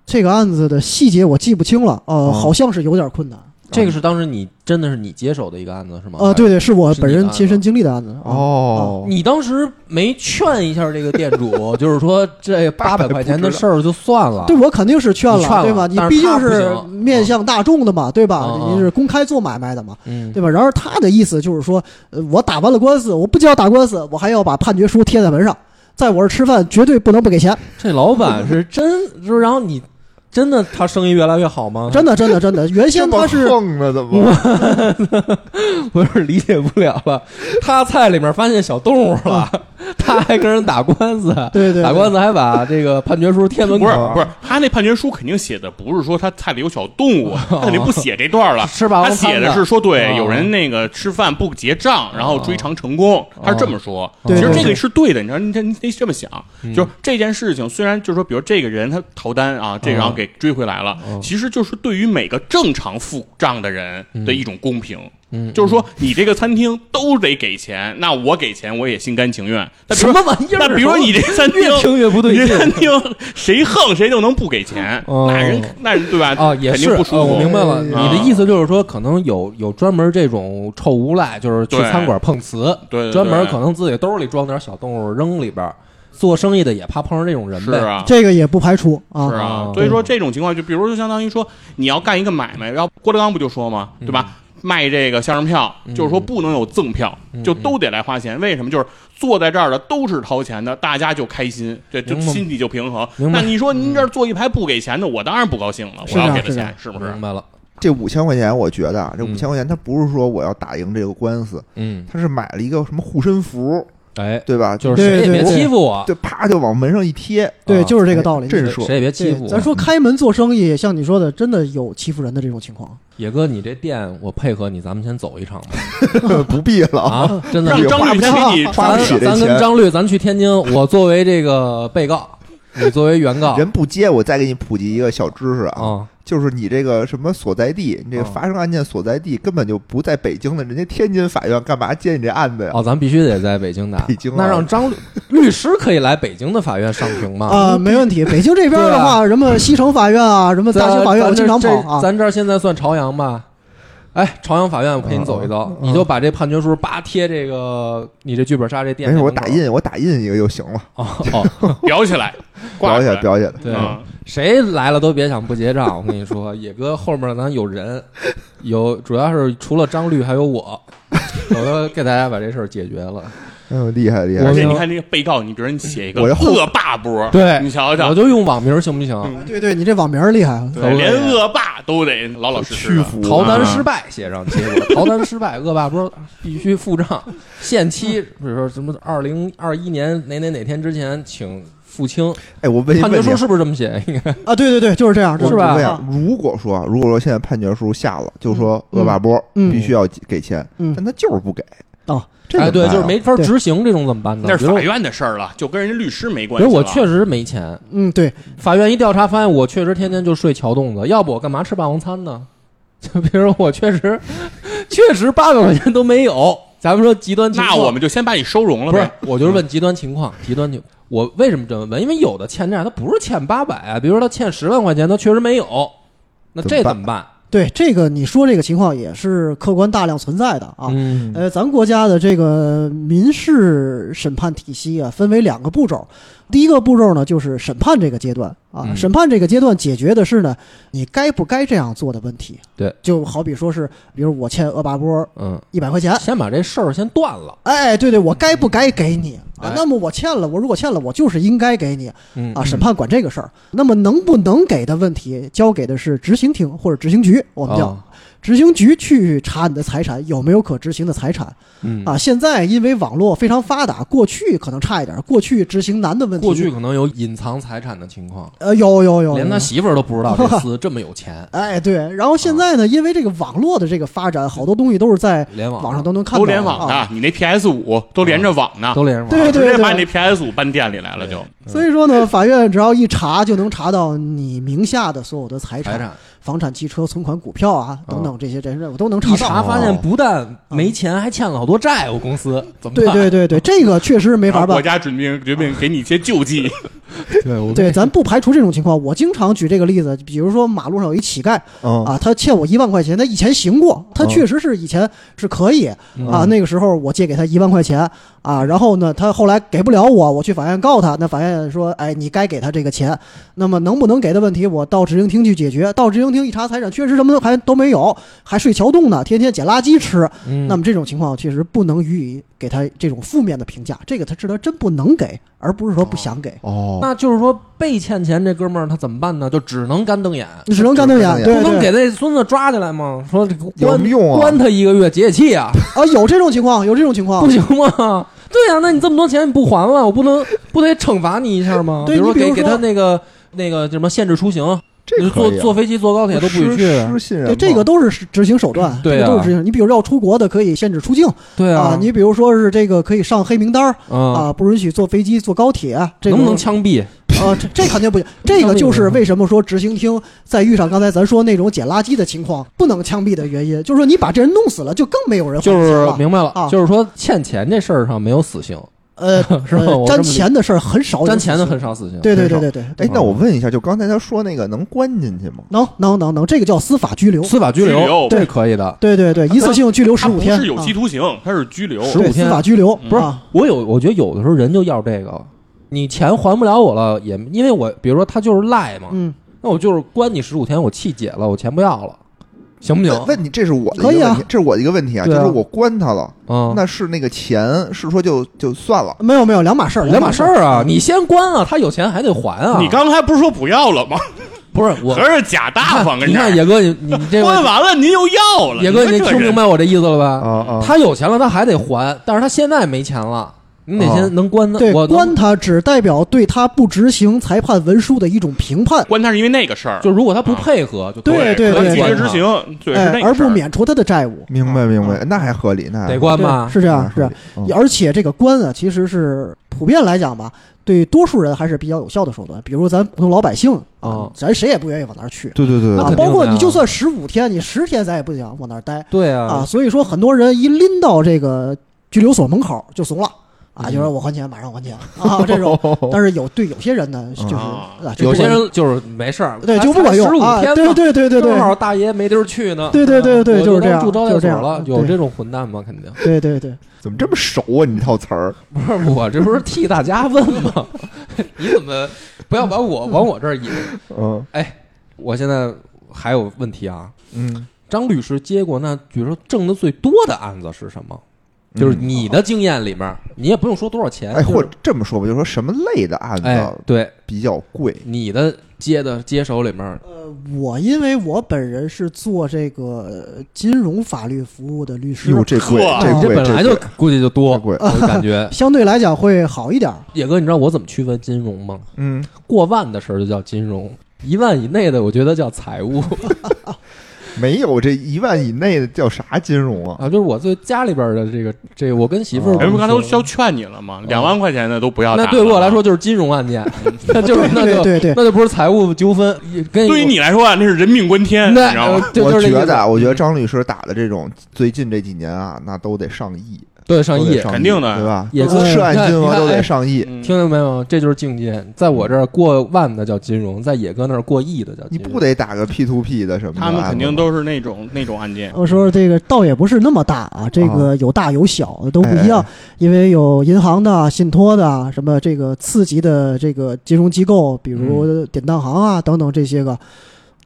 D: 这个案子的细节我记不清了，呃，
C: 哦
D: 好像是有点困难。
A: 这个是当时你真的是你接手的一个案子是吗？
D: 呃，对，对，是我
A: 是
D: 本
A: 你的
D: 人
A: 案
D: 亲
A: 子
D: 身经历的案子。啊，
C: 哦，
A: 你当时没劝一下这个店主，就是说这八百块钱的事儿就算了。
D: 对，我肯定是劝
A: 你劝了
D: 对吧？你
A: 但是
D: 毕竟
A: 他不
D: 是
A: 行
D: 面向大众的嘛，对吧？
A: 嗯嗯
D: 你是公开做买卖的嘛，
A: 嗯，
D: 对吧？然而他的意思就是说，呃，我打完了官司，我不仅要打官司，我还要把判决书贴在门上，在我这儿吃饭绝对不能不给钱，
A: 这老板是真，就是然后你真的他生意越来越好吗？
D: 真的，真的，真的。原
C: 这
D: 先
C: 么
D: 他是
C: 横呢？怎么？
A: 我有点理解不了了。他菜里面发现小动物了，
B: 嗯
A: 他还跟人打官司，
D: 对对对
A: 打官司还把这个判决书贴门
B: 不
A: 口
B: 是
A: 儿，
B: 不是，他那判决书肯定写的不是说他菜里有小动物，啊他肯定不写这段了。
A: 吃霸
B: 他
A: 王餐
B: 写
A: 的
B: 的是说，对，
A: 哦
B: 有人那个吃饭不结账，然后追偿成功，他是这么说。
A: 嗯对
B: 其实
A: 对嗯
B: 这
D: 对
B: 个是对的，你知道，你这你得这么想，就是这件事情虽然就是说，比如这个人他逃单啊，这个然后
A: 嗯
B: 给追回来了，其实就是对于每个正常付账的人的一种公平。
A: 嗯嗯
B: 就是说你这个餐厅都得给钱，那我给钱我也心甘情愿。 那比
A: 什
B: 如
A: 么
B: 说
A: 玩意儿？啊
B: 那比如说你这餐厅
A: 越听越不对
B: 你
A: 劲
B: 这餐厅谁横谁就能不给钱，
A: 哦
B: 那人那人对吧？
A: 啊，也
B: 肯
A: 是
B: 定不舒服。
A: 啊我明白了，
D: 嗯
A: 你的意思就是说，可能有有专门这种臭无赖，就是去
B: 对
A: 餐馆碰瓷，
B: 对对
A: 专门
B: 对
A: 可能自己兜里装点小动物扔里边儿，做生意的也怕碰上这种人
B: 是
A: 呗。
B: 啊。
D: 这个也不排除啊。
B: 是啊
A: 啊，
B: 所以说这种情况，就比如说，相当于说你要干一个买卖，然后郭德纲不就说嘛，对吧？卖这个相声票，就是说不能有赠票，就都得来花钱。为什么？就是坐在这儿的都是掏钱的，大家就开心，对，就
A: 明白
B: 心里就平衡。
A: 明白
B: 那你说您这儿坐一排不给钱的，我当然不高兴了，
D: 是
B: 我
D: 的
B: 要给他
A: 嗯
D: 是的
B: 钱，是不是
A: 明？白了。
C: 这五千块钱，我觉得啊，这
A: 嗯
C: 五千块钱它不是说我要打赢这个官司，
A: 嗯，
C: 他是买了一个什么护身符，
A: 哎，
C: 对吧？
A: 就是谁也别欺负我，
C: 就啪就往门上一贴，
D: 对，
A: 啊
D: 就是这个道理。
C: 这是
A: 谁谁也别欺
D: 对
A: 负，
D: 咱
A: 我。
D: 说开门做生意，像你说的，真的有欺负人的这种情况。
A: 野哥，你这店我配合你，咱们先走一场吧。
C: 不必了。
A: 啊，真的，
B: 让张律
C: 花
B: 给
D: 啊
B: 你
C: 不花不
A: 咱
C: 起这
A: 咱跟
C: 钱，
A: 张律，咱去天津，我作为这个被告，你作为原告
C: 人不接，我再给你普及一个小知识啊，
A: 啊，
C: 就是你这个什么所在地，你这个
A: 嗯
C: 发生案件所在地根本就不在北京的，人家天津法院干嘛接你这案子呀？
A: 哦，咱必须得在北京打。
C: 北京啊
A: 那让张律律师可以来北京的法院上庭吗？
D: 啊，没问题。北京这边的话，什么西城法院啊，什么
A: 咱
D: 大兴法院，我
A: 咱
D: 经
A: 这
D: 常跑
A: 这
D: 啊。
A: 咱这儿现在算朝阳吧？哎，朝阳法院，我陪你走一遭，你就把这判决书叭贴这个你这剧本杀这店
C: 没
A: 门
C: 事，
A: 口。
C: 我打印，我打印一个就行了，
A: 哦哦，
B: 裱起来，挂
C: 表
B: 起
C: 演
B: 来，
C: 表演的。
A: 对，
B: 嗯
A: 谁来了都别想不结账。我跟你说，野哥后面咱有人，有主要是除了张律还有我，我都给大家把这事儿解决了。
C: 哎呦，厉害厉害！
A: 我
B: 而且
A: 明
B: 你
A: 白
B: 看这个被告，你比如你写一个
C: 我这后
B: 恶霸波，
A: 对
B: 你瞧瞧
A: 我，就用网名行不行？
D: 对对，你这网名儿厉害啊。
A: 可
B: 嗯对
A: 不可以
B: 连恶霸都得老老实实
C: 屈
B: 的。
C: 服，
A: 逃单失败写上结果，逃单失败，恶霸波必须付账，限期，比如说什么二零二一年哪哪哪天之前请付清。
C: 哎，我问一
A: 判决
C: 问
A: 书
C: 你，
A: 是不是这么写？应该
D: 啊，对对对，就是这样，
A: 是
D: 就是这样
A: 吧
C: 我
D: 啊
C: 想，如果说啊，如果说现在判决书下了，就说
D: 嗯
C: 恶霸波
D: 嗯
C: 必须要给钱，
D: 嗯
C: 但他就是不给，
D: 哦，
C: 这
A: 哎，
C: 怎么
A: 对，
C: 办啊
A: 就是没法
D: 对
A: 执行，这种怎么办呢？
B: 那
A: 比
B: 是
A: 如
B: 法院的事儿了，就跟人家律师没关
A: 比
B: 系
A: 如
B: 了。
A: 我确实没钱，
D: 嗯，对，
A: 法院一调查发现我确实天天就睡桥洞子，要不我干嘛吃霸王餐呢？ 就比如我确实确实八百块钱都没有，咱们说极端情
B: 那
A: 况，
B: 我们就先把你收容了
A: 不是
B: 呗。，
A: 我就是问极端情况，极端情，我为什么这么问？因为有的欠债他不是欠八百啊，比如说他欠十万块钱，他确实没有，那这怎么办？
D: 对这个你说这个情况也是客观大量存在的啊。
A: 嗯
D: 呃，咱国家的这个民事审判体系啊，分为两个步骤。第一个步骤呢，就是审判这个阶段啊，
A: 嗯
D: 审判这个阶段解决的是呢，你该不该这样做的问题。
A: 对，
D: 就好比说是，比如我欠恶霸波
A: 嗯，
D: 一百块钱，
A: 先把这事儿先断了。
D: 哎，对对，我该不该给你啊
A: 哎？
D: 那么我欠了，我如果欠了，我就是应该给你
A: 嗯
D: 啊。审判管这个事儿。那么能不能给的问题，交给的是执行庭或者执行局，我们叫
A: 哦
D: 执行局去查你的财产有没有可执行的财产
A: 嗯
D: 啊。现在因为网络非常发达，过去可能差一点，过去执行难的问题，
A: 过去可能有隐藏财产的情况，
D: 呃有有有，
A: 连
D: 有
A: 他媳妇儿都不知道 这厮这么有钱，
D: 哎对，然后现在呢，因为这个网络的这个发展，好多东西都是在
A: 联网
D: 网上都能看到，
B: 都联网
D: 啊。
B: 的，你那 PS 五都连着网呢，
A: 啊都连上网。
D: 对对
B: 直接把
D: 对
B: 你那，PS 五搬店里来了就。
D: 所以说呢，法院只要一查就能查到你名下的所有的财
A: 财
D: 产、
A: 产
D: 房产、汽车、存款、股票啊
A: 嗯
D: 等等这些这些，我都能查
A: 一
D: 到。啊
A: 查发现，不但没钱，还欠了好多债。我公司怎么
D: 对
A: 办？
D: 嗯对对对，这个确实没
B: 然
D: 法
B: 后啊国
D: 办。
B: 家准备准备给你一些 救济，
A: 对对，我
D: 对，咱不排除这种情况。我经常举这个例子，比如说马路上有一乞丐
A: 哦
C: 嗯
D: 啊，他欠我一万块钱，他以前行过，他
C: 嗯
D: 确实是以前是可以啊，
A: 嗯
D: 那个时候我借给他一万块钱啊，然后呢，他后来给不了我，我去法院告他，那法院说，哎，你该给他这个钱，那么能不能给的问题，我到执行厅去解决。到执行厅一查，财产确实什么还都没有，还睡桥洞呢，天天捡垃圾吃，
A: 嗯
D: 那么这种情况确实不能予以给他这种负面的评价，这个他知道真不能给，而不是说不想给。
C: 哦，
A: 那就是说被欠钱这哥们儿他怎么办呢？就只能干瞪眼，
D: 你只能干瞪眼，
A: 不
C: 只
D: 对
A: 能给
D: 对
A: 那孙子抓起来吗？说这个
C: 有什么
A: 关
C: 用啊
A: 关？他一个月解解气啊，
D: 啊，有这种情况，有这种情况
A: 不。行吗？对呀、那你这么多钱你不还了，我不 能不得惩罚你一下吗？
D: 对
A: 比如
D: 你比
A: 给
D: 如
A: 给
D: 说
A: 他那个那个什么限制出行，
C: 这
A: 你
C: 可
A: 坐
C: 以啊
A: 坐飞机坐高铁都不许去。
C: 失失信任
D: 对，
C: 吗，
D: 这个都是执行手段，
A: 啊对啊
D: 这个都是执行。你比如要出国的，可以限制出境
A: 对
D: 啊。你比如说是这个可以上黑名单儿
A: 啊，
D: 啊，不允许坐飞机、坐高铁，这
A: 能
D: 种
A: 不能枪毙？
D: 啊？这这肯定不 行。这个
A: 啊
D: 就是为什么说执行厅在遇上刚才咱说那种捡垃圾的情况不能枪毙的原因，就是说你把这人弄死了，就更没有人还
A: 就
D: 钱
A: 是
D: 了。
A: 明白了，
D: 啊
A: 就是说欠钱这事儿上没有死刑，
D: 呃，
A: 是吧
D: 呃
A: 我这么
D: 沾
A: 理解
D: 钱的事儿很少有死
A: 沾
D: 刑，
A: 钱的很少死刑。
D: 对对
C: 很
D: 对
C: 少
D: 对对，对
C: 哎，那我问一下，就刚才他说那个能关进去吗？
D: 能能能能，这个叫司法拘留。
A: 司法拘
B: 拘留
A: 这是可以的。
D: 对对对，一次性拘留
B: 他
D: 十
B: 不
D: 五天，
B: 是有期
D: 啊
B: 徒刑，他是拘留。
A: 15
D: 对
A: 天
D: 司法拘留
B: 嗯
A: 不是
D: 啊
A: 我有，我觉得有的时候人就要这个，你钱还不了我了，也因为我比如说他就是赖嘛，
D: 嗯，
A: 那我就是关你十五天，我气解了，我钱不要了，行不
C: 问
A: 行？
C: 问你，这是我的
D: 可
C: 一
D: 以
C: 个
D: 啊
C: 问题，这是我的一个问题啊，就
A: 对啊
C: 是我关他了，
A: 嗯，
C: 那是那个钱是说就就算了，
D: 没有没有两码事儿，
A: 两码
D: 事
A: 事儿啊，你先关啊，他有钱还得还啊。
B: 你刚才不是说不要了吗？
A: 不是我
B: 合，着假大方跟啊
A: 啊你
B: 这儿
A: 看。野哥，你 你这
B: 问
A: 个
B: 完了您又要了，
A: 野哥，
B: 你
A: 你
B: 说这
A: 听
B: 人
A: 明白我这意思了吧？
C: 啊啊，
A: 他有钱了，他还得还，但是他现在没钱了，你得
C: 哦
A: 先能关他。
D: 啊对，
A: 我能
D: 关他只代表对他不执行裁判文书的一种评判，
B: 关他是因为那个事儿，
A: 就如果他不配合，就
D: 对
A: 可以
D: 对
A: 可以
B: 及时
A: 关
B: 执
A: 他
B: 行，对，是
D: 哎
B: 那，个
D: 而
B: 事儿
D: 不免除他的债务。
C: 明白明白，那还合理，
A: 嗯
C: 那
A: 得关啊吧
D: 对，？是这样，是这
C: 这
D: 样。而且这个官啊，其实是普遍来讲吧，对多数人还是比较有效的手段。比如咱普通老百姓啊
A: 哦，
D: 咱谁也不愿意往那儿去
C: 对对对
D: 啊
A: 肯定，的
D: 包括你
A: 呀
D: 就算十五天，你十天咱也不想往那儿待
A: 对
D: 啊。
A: 啊，
D: 所以说，很多人一拎到这个拘留所门口就怂了啊，
A: 嗯
D: 就说我还钱，马上还钱啊这种。但是有对有些人呢，就是
B: 啊
D: 啊，就
A: 有
D: 不
A: 些
D: 管
A: 人就是没事儿，
D: 对就不管
A: 十
D: 用
A: 五
D: 啊，
A: 天
D: 对
A: 呢，
D: 对对对对
A: 正好大爷没地儿去呢。
D: 对对对对
A: 我
D: 就是
A: 能
D: 这样
A: 住招
D: 就
A: 待
D: 是这
A: 所
D: 样
A: 了，
D: 对
A: 有这种混蛋吗？肯定
D: 对对对，
C: 怎么这么熟啊？你这套词儿，
A: 不是我，这不是替大家问吗？ 你怎么不要把我往我这儿引？哎
C: 嗯
A: 我现在还有问题啊，
C: 嗯，
A: 张律师接过那，比如说挣的最多的案子是什么？就是
D: 嗯
A: 你的经验里面，你也不用说多少钱，
C: 哎，
A: 就是
C: 或者这么说吧，就是说什么类的案
A: 哎
C: 子，
A: 对，
C: 比较贵？
A: 你的接的接手里面，
D: 呃，我因为我本人是做这个呃金融法律服务的律师，。
C: 哟，这贵，
B: 呵
C: 这
A: 你
C: 贵，
A: 啊本来
C: 这
A: 就估计就多，
C: 这贵
A: 我就感觉
D: 相对来讲会好一点儿。
A: 野哥，你知道我怎么区分金融吗？
C: 嗯，
A: 过万的事儿就叫金融，一万以内的我觉得叫财 务
C: 没有这一万以内的叫啥金融啊？
A: 啊，就是我对家里边的这个这个，我跟媳妇儿
C: 哦
A: 我
B: 人
A: 们
B: 不
A: 说，嗯
B: 刚才都都劝你了吗？两万块钱的都不要打
A: 那
B: 了。
A: 对于我来说就是金融案 件，那就是那
D: 对
A: 就
D: 对对
A: 那就不是财务纠纷，也跟
B: 对于你来说啊，那是人命关天，你
A: 那
B: 知道吗？
A: 呃就
C: 我
A: 就是
C: 觉
A: 这意思嗯
C: 得啊，我觉得张律师打的这种，最近这几年啊，那都得上亿，
A: 对上
C: 都得
A: 亿，
C: 上亿，
B: 肯定的
C: 对 吧？
A: 也
D: 是
C: 涉案金
A: 你
C: 额
A: 看
C: 都
A: 哎
C: 得上亿。
B: 嗯
A: 听见没有？这就是境界，在我这儿过万的叫金融，在野哥那儿过亿的叫
C: 你
A: 金融。
C: 不得打个 P to P 的什么的
B: 他
C: 案子吗？
B: 们肯定都是那种那种案件，
D: 我说这个倒也不是那么大啊，这个有大有小的都不一样
C: 哎，
D: 因为有银行的、信托的啊，什么这个次级的这个金融机构，比
C: 嗯
D: 如典当行啊等等这些个。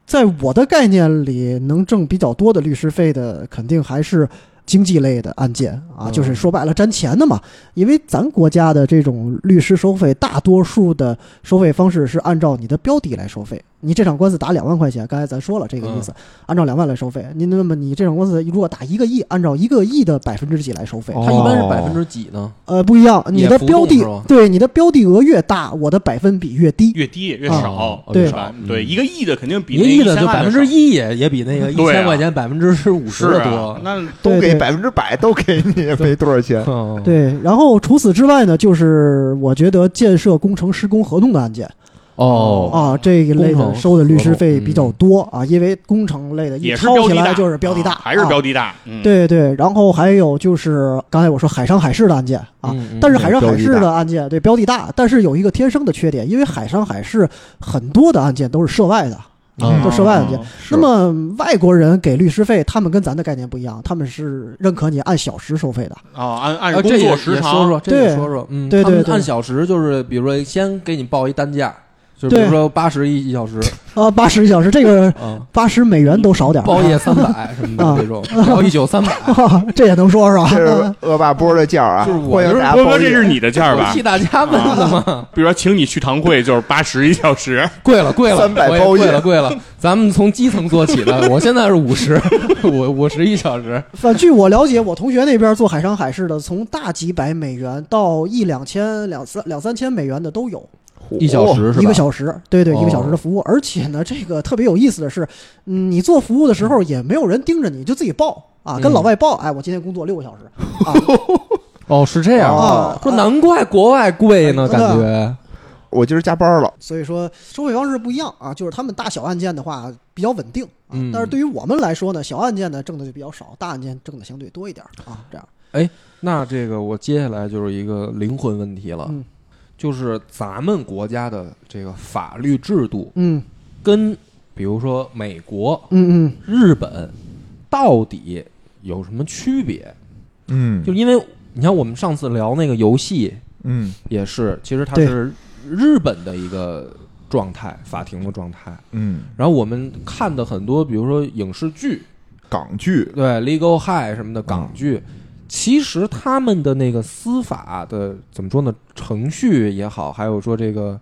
D: 在我的概念里，能挣比较多的律师费的，肯定还是经济类的案件啊，
A: 嗯
D: 就是说白了沾钱的嘛。因为咱国家的这种律师收费，大多数的收费方式是按照你的标的来收费。你这场官司打两万块钱，刚才咱说了这个意思，按照两万来收费。你那么你这场官司如果打一个亿，按照一个亿的百分之几来收费？
C: 哦
A: 他一般是百分之几呢？
D: 呃，不一样，
A: 也
D: 你的
A: 浮
D: 标
A: 动
D: 的
A: 是吧
D: 对你的标的额越大，我的百分比越低。
B: 越低越
D: 啊
B: 少，
A: 哦
D: 对
B: 是吧？对，一个亿的肯定比
A: 一个亿
B: 的
A: 的就百分之
B: 一
A: 一也也比那个一
B: 对啊
A: 千块钱百分之是五十
B: 是
A: 的
B: 啊
A: 多，。
B: 那
C: 都
D: 对
C: 给
D: 对
C: 百分之百，都给 你，没多少钱。
A: 嗯，
D: 对，然后除此之外呢，就是我觉得建设工程施工合同的案件
A: 哦，
D: 啊这一类
A: 工
D: 的
A: 程
D: 收的律师费
A: 合同嗯
D: 比较多啊，因为工程类的一
B: 也是
D: 抄
B: 标
D: 起
B: 的
D: 来
B: 大，
D: 就是标的大，
B: 还是
D: 啊
B: 标的大，嗯，
D: 对对，然后还有就是刚才我说海上海事的案件啊，
A: 嗯嗯
D: 但是海上
C: 标
D: 海
C: 的
D: 事
C: 大
D: 的案件对标的大，但是有一个天生的缺点，因为海上海事很多的案件都是涉外的。
A: 嗯
D: 都涉外案件
B: 哦，
C: 是
D: 那么外国人给律师费，他们跟咱的概念不一样，他们是认可你按小时收费的。
B: 哦，按按
A: 啊，
B: 工
A: 这也
B: 作
A: 也
B: 时
A: 说
B: 长，
A: 说，这也
D: 对
A: 说说，嗯，
D: 对
A: 他们
D: 对对
A: 按小时就是，比如说先给你报一单价，就比
D: 对
A: 如说八十一一小时，
D: 啊，八十一小时，这个
A: 啊，
D: 八十美元都少点儿
A: 包夜三百什么
D: 啊
A: 的这种，然后一宿 三百，
D: 啊， 这也能说是吧？
C: 这是恶霸波的价啊！
A: 就是我
C: 欢迎大家
B: 波
C: 报
B: 哥，这
C: 业
B: 是你的价儿
A: 我
B: 吧
A: 替？大家问的嘛，
B: 比如说，请你去堂会就是八十一小时，
A: 贵了，贵了，
C: 300
A: 我也
C: 包夜
A: 贵了，贵 了。咱们从基层做起的，我现在是五十， 我五十一小时，
D: 反据我了解，我同学那边做海上海事的，从大几百美元到一两千、两三两三千美元的都有。
A: 一小时是吧？
D: 哦一个小时，对对，
A: 哦
D: 一个小时的服务。而且呢，这个特别有意思的是，嗯，你做服务的时候也没有人盯着你，就自己报啊，
A: 嗯
D: 跟老外报，哎，我今天工作六个小时 啊，
A: 哦，是这样
D: 啊
A: 说难怪国外贵呢，
D: 哎
A: 感觉
C: 我今儿加班了，
D: 所以说收费方式不一样啊，就是他们大小案件的话比较稳定啊，
A: 嗯
D: 但是对于我们来说呢，小案件呢挣的就比较少，大案件挣的相对多一点啊，这样
A: 那这个我接下来就是一个灵魂问题了
D: 嗯，
A: 就是咱们国家的这个法律制度
D: 嗯
A: 跟比如说美国、
D: 嗯嗯，
A: 日本到底有什么区别？
C: 嗯
A: 就因为你看我们上次聊那个游戏，
C: 嗯
A: 也是，其实它
D: 对
A: 是日本的一个状态，法庭的状态。
C: 嗯，
A: 然后我们看的很多，比如说影视剧，
C: 港剧
A: 对《Legal High》什么的
C: 嗯
A: 港剧，其实他们的那个司法的怎么说呢，程序也好，还有说这个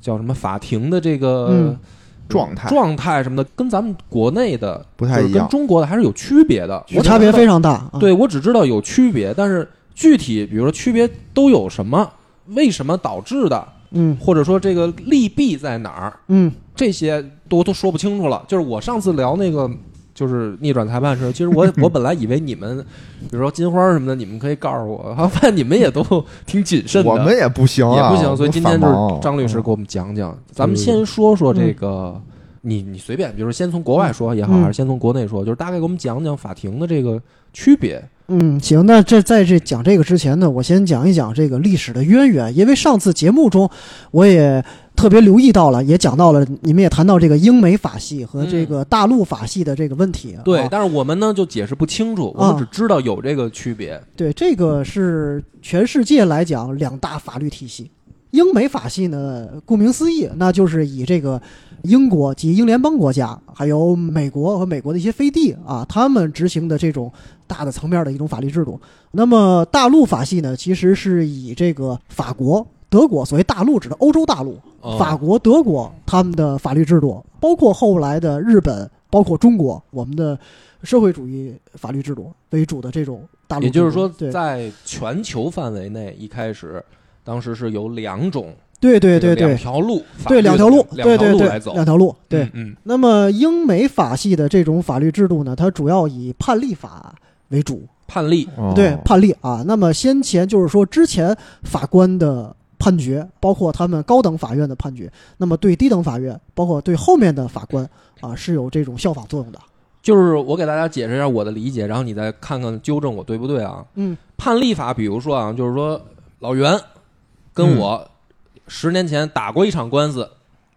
A: 叫什么法庭的这个、
D: 嗯
C: 状态
A: 状态什么的，跟咱们国内的
C: 不太
A: 就是
C: 一样
A: 跟中国的还是有区别的。我只
D: 差别
A: 知道
D: 非常大。啊，
A: 对我只知道有区别，但是具体比如说区别都有什么，为什么导致的，
D: 嗯
A: 或者说这个利弊在哪儿，
D: 嗯
A: 这些都都说不清楚了。就是我上次聊那个。就是逆转裁判的时候，其实 我我本来以为你们，比如说金花什么的，你们可以告诉我， 好像发现你们也都挺谨慎的。
C: 我们也不行
A: 也
C: 啊，
A: 不行，所以今天就
C: 我们
A: 是
C: 繁忙
A: 张律师给我们啊讲讲。咱们先说说这个，你你随便，比如说先从国外说也好，
D: 嗯
A: 还是先从国内说，就是大概给我们讲讲法庭的这个区别。
D: 嗯，行，那这在这讲这个之前呢，我先讲一讲这个历史的渊源，因为上次节目中我也特别留意到了，也讲到了，你们也谈到这个英美法系和这个大陆法系的这个问题啊。
A: 对，但是我们呢就解释不清楚，我
D: 啊
A: 们只知道有这个区别。
D: 对，这个是全世界来讲两大法律体系。英美法系呢，顾名思义，那就是以这个英国及英联邦国家，还有美国和美国的一些飞地啊，他们执行的这种大的层面的一种法律制度。那么大陆法系呢，其实是以这个法国、德国，所谓大陆指的欧洲大陆，
A: 哦
D: 法国、德国他们的法律制度，包括后来的日本，包括中国，我们的社会主义法律制度为主的这种大陆
A: 也
D: 制度。
A: 就是说，
D: 对
A: 在全球范围内，一开始当时是有两种，
D: 对对
A: 这
D: 对
A: 个
D: 对
A: 两条路，法
D: 对
A: 律
D: 两
A: 的
D: 条路，
A: 两
D: 对
A: 条
D: 对
A: 路
D: 对
A: 来，走。
D: 两条路对。
A: 嗯，
D: 那么英美法系的这种法律制度呢，它主要以判例法为主，
A: 判例，
C: 哦
D: 对判例啊。那么先前就是说之前法官的判决，包括他们高等法院的判决，那么对低等法院，包括对后面的法官啊，是有这种效仿作用的。
A: 就是我给大家解释一下我的理解，然后你再看看纠正我对不对啊？
D: 嗯，
A: 判例法，比如说啊，就是说老袁跟
D: 嗯
A: 我十年前打过一场官司，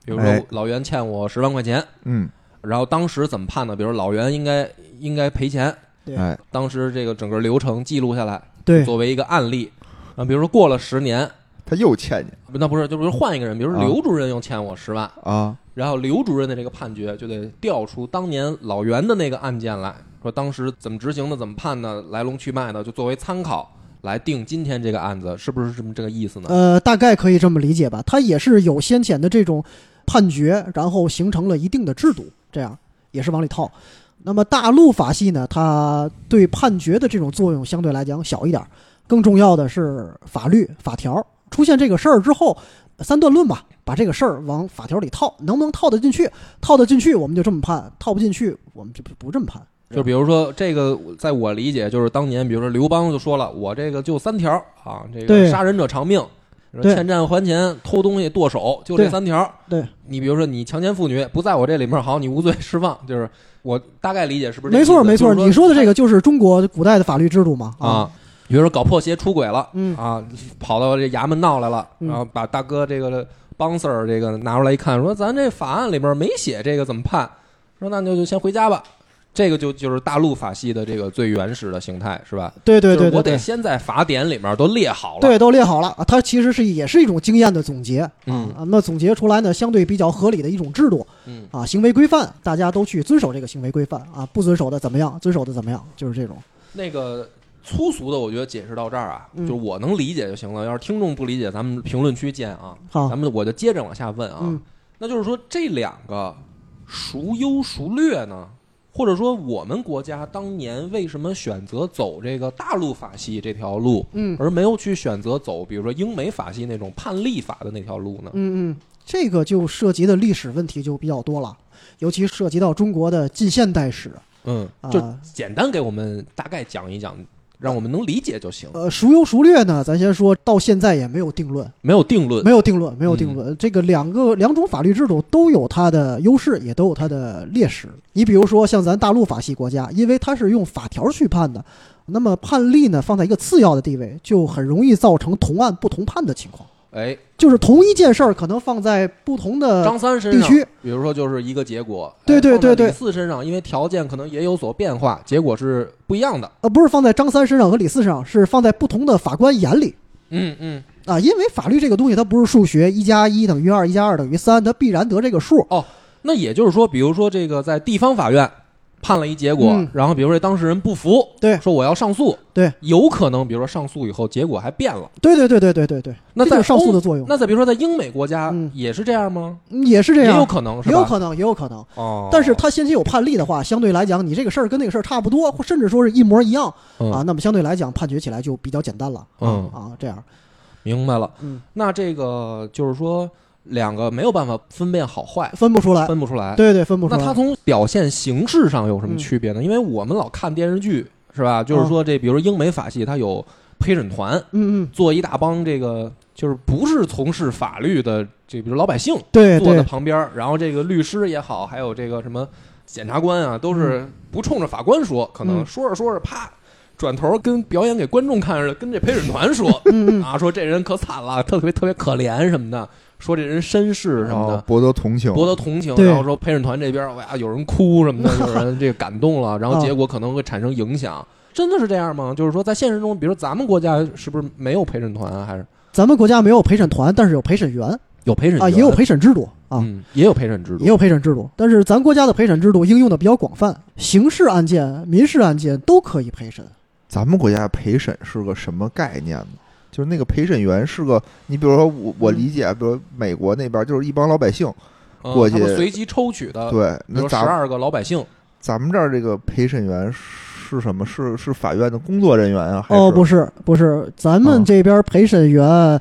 A: 比如
C: 哎
A: 说老袁欠我十万块钱，
C: 嗯，
A: 然后当时怎么判呢？比如老袁应该应该赔钱，
D: 对
C: 哎，
A: 当时这个整个流程记录下来，
D: 对
A: 作为一个案例。啊，比如说过了十年，
C: 他又欠你
A: 那不是，就比如换一个人，比如说
C: 啊
A: 刘主任又欠我十万，
C: 啊，
A: 然后刘主任的这个判决就得调出当年老袁的那个案件来说，当时怎么执行的，怎么判的，来龙去脉呢，就作为参考来定今天这个案子，是不是这么这个意思呢？
D: 呃，大概可以这么理解吧。它也是有先前的这种判决，然后形成了一定的制度，这样也是往里套。那么大陆法系呢，它对判决的这种作用相对来讲小一点儿，更重要的是法律法条出现这个事儿之后，三段论吧，把这个事儿往法条里套，能不能套得进去？套得进去我们就这么判，套不进去我们就不不这么判。
A: 就比如说这个，在我理解就是当年，比如说刘邦就说了，我这个就三条啊，这个
D: 对
A: 杀人者偿命，说
D: 对
A: 欠债还钱，偷东西剁手，就这
D: 对
A: 三条。
D: 对，
A: 你比如说你强奸妇女，不在我这里面好，你无罪释放，就是我大概理解是不是这
D: 没错
A: 意思
D: 没错，
A: 就是
D: 你说的这个就是中国古代的法律制度嘛？
A: 啊，比如说搞破鞋出轨了，
D: 嗯
A: 啊，跑到这衙门闹来了，
D: 嗯
A: 然后把大哥这个帮 Sir 这个拿出来一看，说咱这法案里边没写这个怎么判，说那就就先回家吧。这个就就是大陆法系的这个最原始的形态，是吧？
D: 对对对
A: 就是
D: 对
A: 我
D: 对
A: 得。先在法典里面都列好了。，
D: 对，都列好了啊。它其实是也是一种经验的总结，
A: 嗯
D: 啊，那总结出来呢，相对比较合理的一种制度
A: 嗯，
D: 啊，行为规范，大家都去遵守这个行为规范啊，不遵守的怎么样，遵守的怎么样，就是这种。
A: 那个粗俗的，我觉得解释到这儿啊，
D: 嗯
A: 就是我能理解就行了。要是听众不理解，咱们评论区见啊。
D: 好
A: 咱们我就接着往下问啊。
D: 哦嗯
A: 那就是说，这两个孰优孰劣呢？或者说，我们国家当年为什么选择走这个大陆法系这条路，
D: 嗯
A: 而没有去选择走比如说英美法系那种判例法的那条路呢？
D: 嗯嗯，这个就涉及的历史问题就比较多了，尤其涉及到中国的近现代史。
A: 嗯，
D: 啊
A: 就简单给我们大概讲一讲，让我们能理解就行，
D: 呃，孰优孰劣呢？咱先说到现在也没有定论，
A: 没有定论。嗯
D: 没有定论，没有定论。这个两个两种法律制度都有它的优势，也都有它的劣势。你比如说像咱大陆法系国家，因为它是用法条去判的，那么判例呢放在一个次要的地位，就很容易造成同案不同判的情况。
A: 哎，
D: 就是同一件事儿，可能放在不同的
A: 张三身上
D: 地区，
A: 比如说就是一个结果，
D: 对对
A: 哎放在
D: 对对
A: 李四身上，因为条件可能也有所变化，结果是不一样的。
D: 呃，不是放在张三身上和李四身上，是放在不同的法官眼里。
A: 嗯嗯，
D: 啊，因为法律这个东西它不是数学，一加一等于二，一加二等于三，它必然得这个数。
A: 那也就是说，比如说这个在地方法院判了一结果，
D: 嗯
A: 然后比如说这当事人不服，
D: 对
A: 说我要上诉，
D: 对，
A: 有可能比如说上诉以后结果还变了。
D: 对对对对对对对，
A: 那
D: 这就
A: 在
D: 是上诉
A: 欧
D: 的作用，
A: 那再比如说在英美国家
D: 嗯
A: 也是这样吗？
D: 嗯也是这
A: 也有
D: 样，
A: 可能是
D: 也
A: 吧？
D: 有可能，也有可能。
A: 哦，
D: 但是它先前有判例的话，相对来讲，你这个事儿跟那个事儿差不多，或甚至说是一模一样
A: 嗯
D: 啊，那么相对来讲判决起来就比较简单了。
A: 嗯
D: 啊，这样，
A: 明白了。
D: 嗯，
A: 那这个就是说两个没有办法分辨好坏，
D: 分不出来。
A: 分不出来。
D: 对对，分不出
A: 那
D: 来。
A: 它从表现形式上有什么
D: 嗯
A: 区别呢？因为我们老看电视剧是吧？就是
D: 嗯
A: 说这比如说英美法系，它有陪审团，
D: 嗯嗯，
A: 做一大帮这个就是不是从事法律的这比如老百姓
D: 对
A: 坐在
D: 哎对
A: 旁边儿，然后这个律师也好，还有这个什么检察官啊，都是不冲着法官说，可能
D: 嗯
A: 说着说着啪。转头跟表演给观众看似的，跟这陪审团说
D: 嗯
A: 啊，说这人可惨了，特别特别可怜什么的，说这人身世什么的，
C: 哦博得同情，
A: 博得同情，
D: 对
A: 然后说陪审团这边儿哇有人哭什么 的，有人这个感动了，然后
D: 啊
A: 结果可能会产生影响。真的是这样吗？就是说，在现实中，比如咱们国家是不是没有陪审团、啊，还是
D: 咱们国家没有陪审团，但是有陪审员
A: 有陪审
D: 啊，也有陪审制度啊，
A: 嗯，也有陪审制度，
D: 也有陪审制度。但是咱国家的陪审制度应用的比较广泛，刑事案件、民事案件都可以陪审。
C: 咱们国家陪审是个什么概念呢？就是那个陪审员是个，你比如说我我理解，比如美国那边就是一帮老百姓，
A: 嗯
C: 过去
A: 他们随机抽取的，
C: 对，
A: 比如
C: 那
A: 呃十
C: 咱们
A: 二个老百姓，
C: 咱们这儿这个陪审员是什么？是是法院的工作人员啊？还
D: 哦，不
C: 是，
D: 是不是，咱
C: 啊
D: 们这边陪审员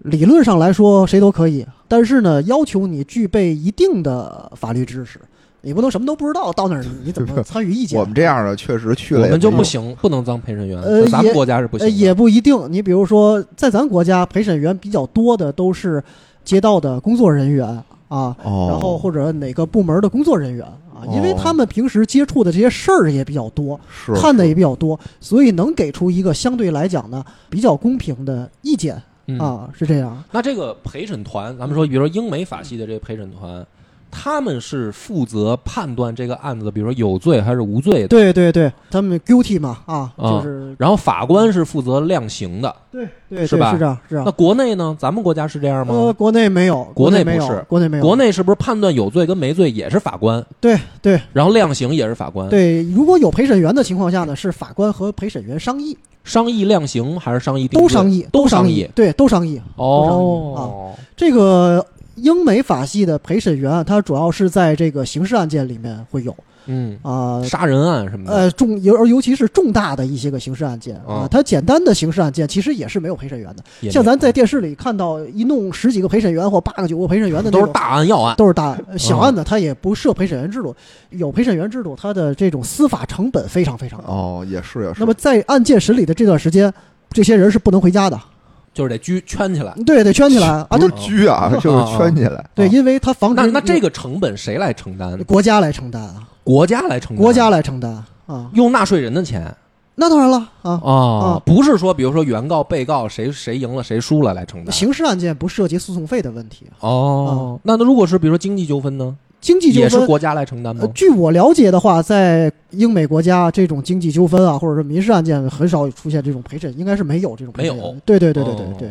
D: 理论上来说谁都可以，但是呢，要求你具备一定的法律知识，你不能什么都不知道，到那儿你你怎么参与意见？
C: 我们这样的确实去了
A: 我
C: 也没
A: 们
C: 用，
A: 就不行，不能当陪审员，
D: 呃
A: 在咱们
D: 也
A: 国家是不行
D: 呃，
A: 的，
D: 也不一定。你比如说，在咱国家陪审员比较多的都是街道的工作人员啊，
C: 哦。
D: 然后或者哪个部门的工作人员啊，因为
C: 哦
D: 他们平时接触的这些事儿也比较多，
C: 是
D: 看的也比较多，所以能给出一个相对来讲呢比较公平的意见
A: 嗯。
D: 啊，是这样。
A: 那这个陪审团，咱们说，比如说英美法系的这个陪审团，他们是负责判断这个案子，比如说有罪还是无罪的，
D: 对对对，他们 guilty 嘛啊，
A: 啊
D: 就是
A: 然后法官是负责量刑的。
D: 对对
A: 是
D: 对，
A: 吧
D: 是这样是这
A: 那
D: 样。
A: 国内呢？咱们国家是这样吗？
D: 啊呃，国内没有，
A: 国内
D: 内
A: 不
D: 没
A: 是
D: 有，国内没有，
A: 国内是不是判断有罪跟没罪也是法官，
D: 对对
A: 然后量刑也是法官？，
D: 对，如果有陪审员的情况下呢，是法官和陪审员商议，
A: 商议量刑还是商议定
D: 都
A: 罪
D: 商议，
A: 都
D: 商
A: 商
D: 议
A: 议，。
D: 对，都商议。
A: 哦，
D: 这个英美法系的陪审员啊，它主要是在这个刑事案件里面会有
A: 嗯，
D: 啊。
A: 杀人案什么的。
D: 呃，重尤尤其是重大的一些个刑事案件啊
A: 嗯，
D: 它简单的刑事案件其实也是没有陪审员的。
A: 也
D: 像
A: 没
D: 咱在电视里看到一弄十几个陪审员或八个九个陪审员的那
A: 都
D: 种
A: 是大案要案，
D: 都是大 案，小案呢，它也不设陪审员制度。有陪审员制度，它的这种司法成本非常非
A: 啊
D: 常高。
C: 哦，也是也是。
D: 那么在案件审理的这段时间，这些人是不能回家的，
A: 啊就是得拘圈起来。
D: 对，得圈起来啊。
C: 不
D: 这
C: 是拘啊，就是圈起来。
D: 对，因为它防
A: 啊那
D: 止
A: 那这
D: 个
A: 个成本谁来承担？
D: 国家来承担啊，
A: 国家来承担，
D: 国家来承担啊。
A: 用纳税人的钱
D: 那当然了啊，
A: 啊
D: 啊，
A: 不是说比如说原告、被告谁谁赢了谁输了来承担。
D: 刑事案件不涉及诉讼费的问题，啊
A: 哦，那那如果是比如说经济纠纷呢，
D: 经济纠
A: 也是
D: 纷。
A: 国家来承担
D: 呃
A: 吗，？
D: 据我了解的话，在英美国家，这种经济纠纷啊，或者是民事案件，很少出现这种陪审，应该是没有这种陪审
A: 没有
D: 员。对对对对对对。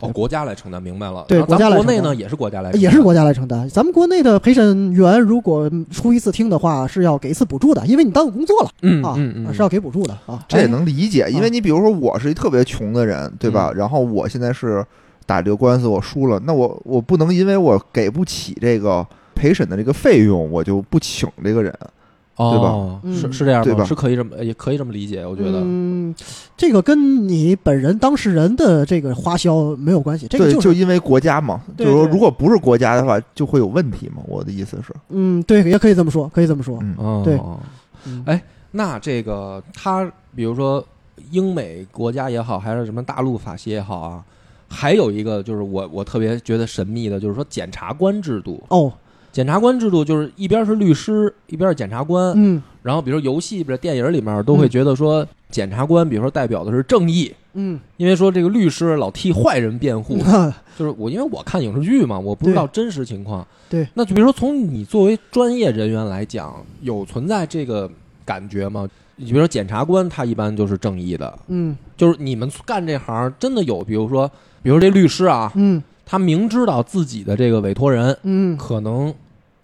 A: 哦，国家来承担，明白了。
D: 对
A: 然后咱
D: 国家
A: 们
D: 来
A: 国内
D: 承
A: 呢
D: 担
A: 也是国家来承担，
D: 也是国家来承担。咱们国内的陪审员如果出一次听的话，是要给一次补助的，因为你耽误工作了
A: 嗯
D: 啊，
A: 嗯嗯
D: 是要给补助的啊。
C: 这也
D: 哎
C: 能理解，因为你比如说我是一特别穷的人，对
D: 嗯
C: 吧？然后我现在是打这个官司，我输了，那我我不能因为我给不起这个陪审的这个费用，我就不请这个人。
A: 哦，
D: 对吧
A: 是
D: 嗯
A: 是这样
C: 对
A: 吗？
C: 吧
A: 是可以这么也可以这么理解，我觉得。
D: 嗯，这个跟你本人当事人的这个花销没有关系，这个
C: 对，
D: 就
C: 就是因为国家嘛，
D: 对
C: 就是说
D: 对
C: 如果不是国家的话，就会有问题嘛。我的意思是，
D: 嗯，对，也可以这么说，可以这么说。
C: 嗯，
A: 哦，
D: 对
A: 嗯哎，那这个他，比如说英美国家也好，还是什么大陆法系也好啊，还有一个就是我我特别觉得神秘的，就是说检察官制度。
D: 哦，
A: 检察官制度就是一边是律师，一边是检察官。
D: 嗯
A: 然后比如游戏、比如电影里面都会
D: 嗯
A: 觉得说，检察官比如说代表的是正义，
D: 嗯，
A: 因为说这个律师老替坏人辩 护，
D: 啊
A: 就是我，因为我看影视剧嘛，我不知道真实情况。
D: 对，
A: 那就比如说从你作为专业人员来讲，有存在这个感觉吗？你比如说检察官，他一般就是正义的，
D: 嗯
A: 就是你们干这行真的有，比如说，比如这律师啊，
D: 嗯
A: 他明知道自己的这个委托人
D: 嗯
A: 可能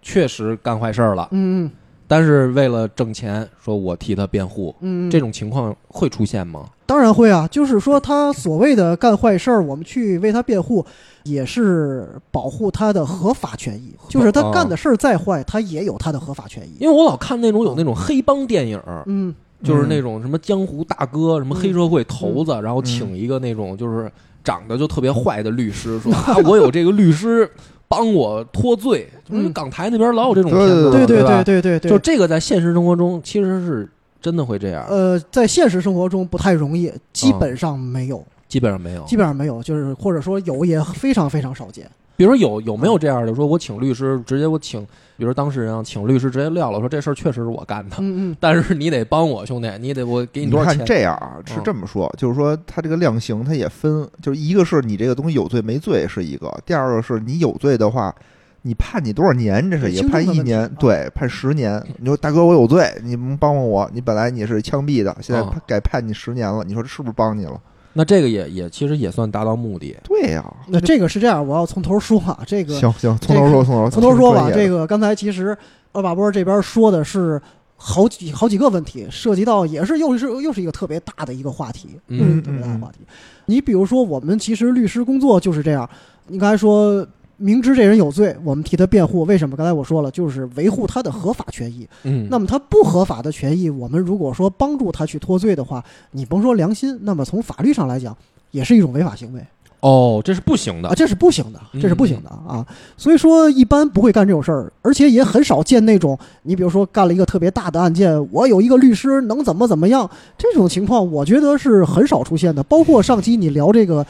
A: 确实干坏事儿了，
D: 嗯
A: 但是为了挣钱，说我替他辩护，
D: 嗯，
A: 这种情况会出现吗？
D: 当然会啊，就是说他所谓的干坏事儿，我们去为他辩护，也是保护他的合法权益。就是他干的事儿再坏，他也有他的合法权益。
A: 因为我老看那种有那种黑帮电影儿，
D: 嗯
A: 就是那种什么江湖大哥、什么黑社会头子，然后
C: 嗯
A: 请一个那种就是长得就特别坏的律师， 说啊，我有这个律师帮我脱罪，就是
D: 嗯
A: 港台那边老有这种
C: 对
A: 片子，对
D: 对对
A: 吧
D: 对对对，
A: 就这个在现实生活中其实是真的会这样，
D: 呃，在现实生活中不太容易，基本上没有，
A: 基本上没有。
D: 基本上没有，就是或者说有也非常非常少见。
A: 比如说有有没有这样的，说我请律师，直接我请，比如当事人啊，请律师直接撂了，说这事儿确实是我干的，
D: 嗯嗯，
A: 但是你得帮我，兄弟，你得我给
C: 你
A: 多少
C: 看
A: 钱？
C: 这样啊，是
A: 嗯
C: 这么说，就是说它这个量刑它也分，就是一个是你这个东西有罪没罪是一个，第二个是你有罪的话，你判你多少年这是一
D: 轻
C: 个，
D: 重的
C: 判一
D: 问题
C: 年
D: 啊，
C: 对，判十年。你说大哥我有罪，你能帮帮我？你本来你是枪毙的，现在
A: 嗯
C: 判改判你十年了，你说这是不是帮你了？
A: 那这个也也其实也算达到目的。
C: 对呀、
D: 那这个是这样，我要从头说啊，这个
C: 行行，从头说，从头
D: 从头说吧。
C: 啊挺专业的
D: 这个刚才其实厄瓦波这边说的是好几好几个问题，涉及到也是又是又是一个特别大的一个话题，
A: 嗯
D: 又是一个特别大的话题。你比如说，我们其实律师工作就是这样，你刚才说。明知这人有罪，我们替他辩护，为什么？刚才我说了，就是维护他的合法权益。
A: 嗯，
D: 那么他不合法的权益，我们如果说帮助他去脱罪的话，你甭说良心，那么从法律上来讲，也是一种违法行为。
A: 哦，这是不行的嗯
D: 啊，。这是不行的，这是不行的啊。所以说，一般不会干这种事儿，而且也很少见那种你比如说干了一个特别大的案件，我有一个律师能怎么怎么样这种情况，我觉得是很少出现的。包括上期你聊这个。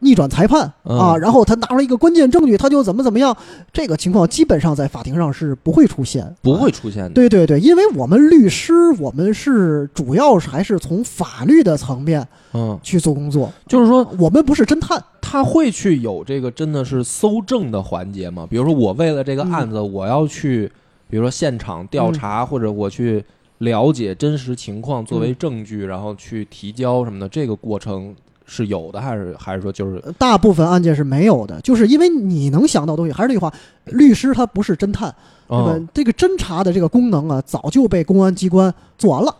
D: 逆转裁判啊，
A: 嗯
D: 然后他拿出来一个关键证据，他就怎么怎么样，这个情况基本上在法庭上是不会出现，
A: 不
D: 啊
A: 会出现的。
D: 对对对，因为我们律师，我们是主要是还是从法律的层面
A: 嗯，
D: 去做工作，
A: 就是说
D: 我们不是侦探。
A: 他会去有这个真的是搜证的环节吗？比如说我为了这个案
D: 嗯
A: 子，我要去，比如说现场调查，或者我去了解真实情况作
D: 嗯
A: 为证据，然后去提交什么的，这个过程是有的，还是还是说就是
D: 呃大部分案件是没有的，就是因为你能想到的东西，还是那句话，律师他不是侦探，那么、
A: 嗯？
D: 这个侦查的这个功能啊，早就被公安机关做完了。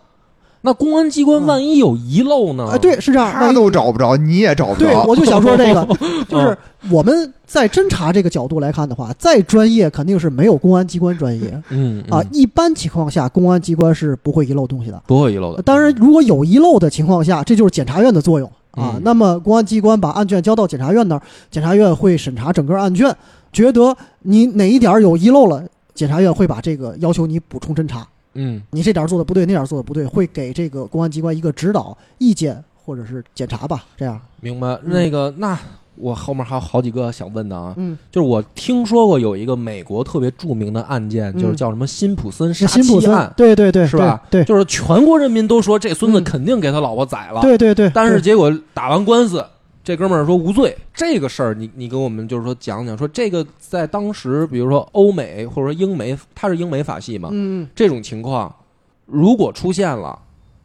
A: 那公安机关万一有遗漏呢？
D: 哎、对，是这样。
C: 他
D: 万一
C: 都找不着，你也找不
D: 对，
C: 着。
D: 我就想说这个，就是我们在侦查这个角度来看的话，再专业肯定是没有公安机关专业
A: 嗯，嗯
D: 啊。一般情况下，公安机关是不会遗漏东西的。
A: 不会遗漏的。
D: 当然，如果有遗漏的情况下，这就是检察院的作用啊。
A: 嗯
D: 那么，公安机关把案卷交到检察院那儿，检察院会审查整个案卷，觉得你哪一点儿有遗漏了，检察院会把这个要求你补充侦查，
A: 嗯，
D: 你这点儿做的不对，那点儿做的不对，会给这个公安机关一个指导、意见或者是检查吧，这样。
A: 明白。那个，那我后面还有好几个想问的啊，
D: 嗯，
A: 就是我听说过有一个美国特别著名的案件，
D: 嗯
A: 就是叫什么辛普森杀
D: 是辛普
A: 妻案
D: 森，，对对对，
A: 是吧？
D: 对
A: 就是全国人民都说这孙子
D: 嗯
A: 肯定给他老婆宰了，
D: 对对对，
A: 但是
D: 对
A: 结果打完官司，这哥们儿说无罪。这个事儿，你你给我们就是说讲讲，说这个在当时，比如说欧美或者说英美，他是英美法系嘛，
D: 嗯。嗯
A: 这种情况如果出现了，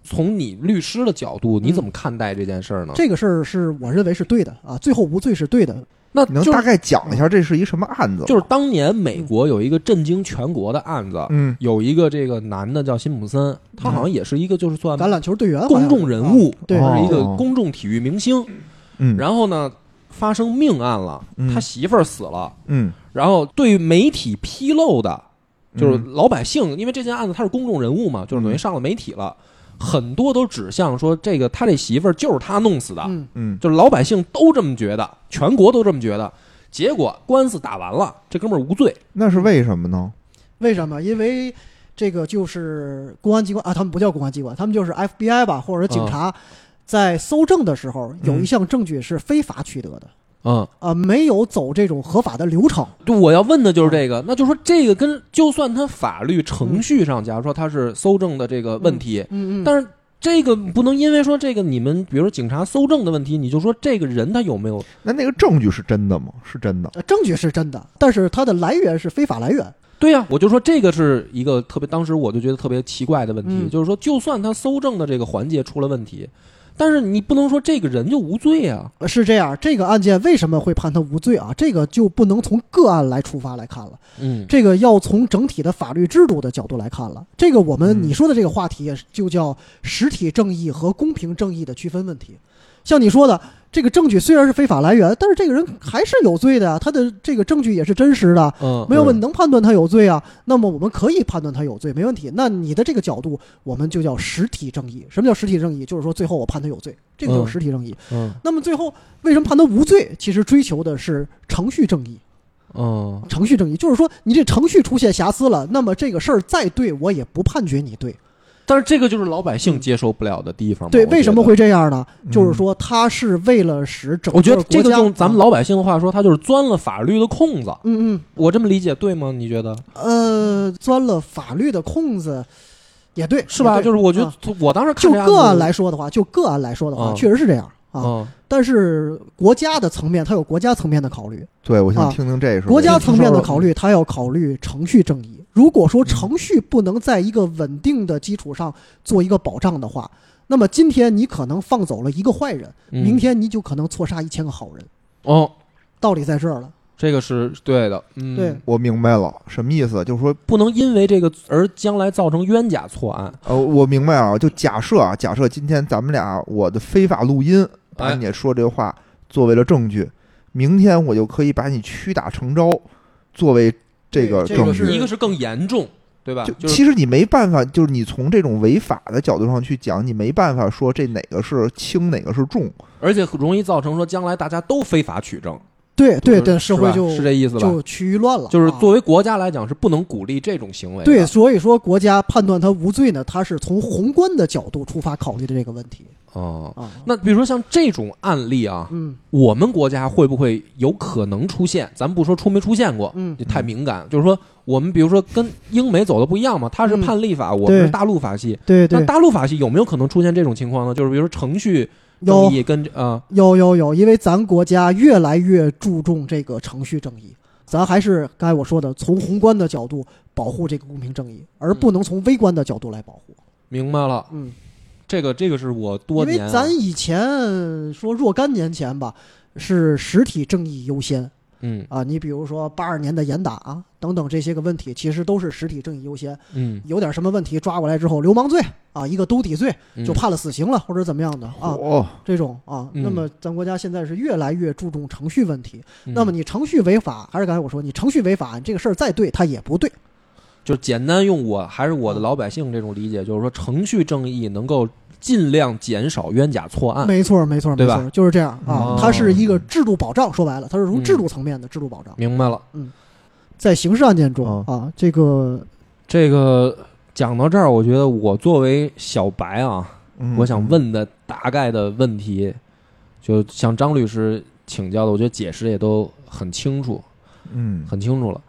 A: 从你律师的角度，你
D: 嗯
A: 怎么看待这件事儿呢？
D: 这个事儿是我认为是对的啊，最后无罪是对的，
A: 那
C: 你能
A: 就
C: 大
A: 是
C: 概讲一下这是一什么案子？
A: 就是当年美
D: 嗯
A: 国有一个震惊全国的案子，
C: 嗯，
A: 有一个这个男的叫辛普森，他好像也是一个就是算
D: 橄榄球队员好像
A: 公
D: 是啊
A: 众人，物，
D: 嗯对嗯
A: 他是一个
C: 哦
A: 公众体育明星。
C: 嗯，
A: 然后呢，发生命案了，
C: 嗯
A: 他媳妇儿死了，
C: 嗯，
A: 然后对媒体披露的，就是
C: 嗯
A: 老百姓，因为这件案子他是公众人物嘛，就是等于
C: 嗯
A: 上了媒体了，很多都指向说这个他这媳妇儿就是他弄死的，
D: 嗯
C: 嗯
A: 就是老百姓都这么觉得，全国都这么觉得。结果官司打完了，这哥们儿无罪，
C: 那是为什么呢？
D: 为什么？因为这个就是公安机关啊，他们不叫公安机关，他们就是 FBI 吧，或者警察，在搜证的时候有一项证据是非法取得的
A: 嗯。
D: 啊，没有走这种合法的流程。
A: 就我要问的就是这个，那就说这个跟就算他法律程序上，假如说他是搜证的这个问题，
D: 嗯
A: 但是这个不能因为说这个你们，比如说警察搜证的问题，你就说这个人他有没有？
C: 那那个证据是真的吗？是真的。
D: 呃证据是真的，但是它的来源是非法来源。
A: 对呀、我就说这个是一个特别，当时我就觉得特别奇怪的问题，
D: 嗯
A: 就是说，就算他搜证的这个环节出了问题，但是你不能说这个人就无罪啊。
D: 呃是这样，这个案件为什么会判他无罪啊？这个就不能从个案来出发来看了，
A: 嗯，
D: 这个要从整体的法律制度的角度来看了。这个我们
C: 嗯
D: 你说的这个话题也是就叫实体正义和公平正义的区分问题。像你说的，这个证据虽然是非法来源，但是这个人还是有罪的啊，他的这个证据也是真实的，
A: 嗯，
D: 没有问
C: 对
D: 题，能判断他有罪啊，那么我们可以判断他有罪，没问题。那你的这个角度，我们就叫实体正义。什么叫实体正义？就是说最后我判他有罪，这个叫
A: 嗯
D: 实体正义。
A: 嗯
D: 那么最后为什么判他无罪？其实追求的是程序正义。
A: 嗯
D: 程序正义就是说你这程序出现瑕疵了，那么这个事儿再对我也不判决你对。
A: 但是这个就是老百姓接受不了的地方嘛。
D: 对，
A: 我觉得
D: 为什么？会这样呢？
C: 嗯
D: 就是说他是为了使整
A: 我觉得
D: 个
A: 这
D: 国
A: 个
D: 家啊
A: 用咱们老百姓的话说，他就是钻了法律的空子。
D: 嗯嗯
A: 我这么理解对吗？你觉得
D: 呃钻了法律的空子，也对
A: 是吧？
D: 也对
A: 就是我觉
D: 啊
A: 得我当时看
D: 就
A: 这
D: 个案
A: 案子
D: 来说的话，就个案来说的话，
A: 嗯
D: 确实是这样啊。
A: 啊，
D: 但是国家的层面，它有国家层面的考虑；
C: 对，我想
D: 啊
C: 听听这是
D: 国家层面的考虑，它要考虑程序正义。如果
A: 嗯
D: 说程序不能在一个稳定的基础上做一个保障的话，那么今天你可能放走了一个坏人，
A: 嗯
D: 明天你就可能错杀一千个好人。
A: 哦，
D: 道理在这儿了，
A: 这个是对的，嗯，
D: 对，
C: 我明白了，什么意思？就是说，
A: 不能因为这个而将来造成冤假错案。
C: 呃，我明白啊，就假设啊，假设今天咱们俩我的非法录音，
A: 哎
D: 哎
C: 把
A: 啊
C: 你说这话作为了证据，明天我就可以把你屈打成招，作为这个
D: 对这个
C: 证
A: 是
C: 据。
A: 一个是更严重，对吧？
C: 就
A: 就是
C: 其实你没办法，就是你从这种违法的角度上去讲，你没办法说这哪个是轻，哪个是重。
A: 而且很容易造成说将来大家都非法取证，
D: 对
A: 就
D: 对
A: 是
D: 对，社会
A: 吧
D: 就是
A: 这意思吧？
D: 就趋于乱了，
A: 就是
D: 啊
A: 作为国家来讲是不能鼓励这种行为的。
D: 对，所以说国家判断他无罪呢，他是从宏观的角度出发考虑的这个问题
A: 哦，
D: 啊。
A: 那比如说像这种案例啊，
D: 嗯
A: 我们国家会不会有可能出现？咱不说出没出现过，
D: 嗯
A: 这太敏感。就是说，我们比如说跟英美走的不一样嘛，它是
D: 嗯
A: 判例法，我们是
D: 对
A: 大陆法系。
D: 对对
A: 那，大陆法系有没有可能出现这种情况呢？就是比如说程序正
D: 有
A: 义跟啊
D: 有有有，因为咱国家越来越注重这个程序正义，咱还是刚才我说的，从宏观的角度保护这个公平正义，
A: 嗯
D: 而不能从微观的角度来保护。
A: 明白了，
D: 嗯，
A: 这个这个是我多
D: 因为
A: 年啊
D: 咱以前说若干年前吧，是实体正义优先
A: 嗯
D: 啊，你比如说八二年的严打、啊、等等这些个问题，其实都是实体正义优先。
A: 嗯
D: 有点什么问题抓过来之后，流氓罪啊，一个兜底罪
A: 嗯
D: 就判了死刑了，或者怎么样的啊，
C: 哦，
D: 这种啊。
A: 嗯
D: 那么咱国家现在是越来越注重程序问题，
A: 嗯
D: 那么你程序违法，还是刚才我说，你程序违法，你这个事儿再对，它也不对。
A: 就简单用我还是
D: 嗯
A: 我的老百姓这种理解，就是说程序正义能够尽量减少冤假错案。
D: 没错，没错，没
A: 啊对吧
D: 错，就是这样
A: 哦
D: 啊。它是一个制度保障，说白了，它是从
A: 嗯
D: 制度层面的制度保障。
A: 明白了，
D: 在刑事案件中
C: 哦
D: 啊，这个
A: 这个讲到这儿，我觉得我作为小白啊，
C: 嗯
A: 我想，问的大概的问题，就向张律师请教的，我觉得解释也都很清楚，
C: 嗯，
A: 很清楚了。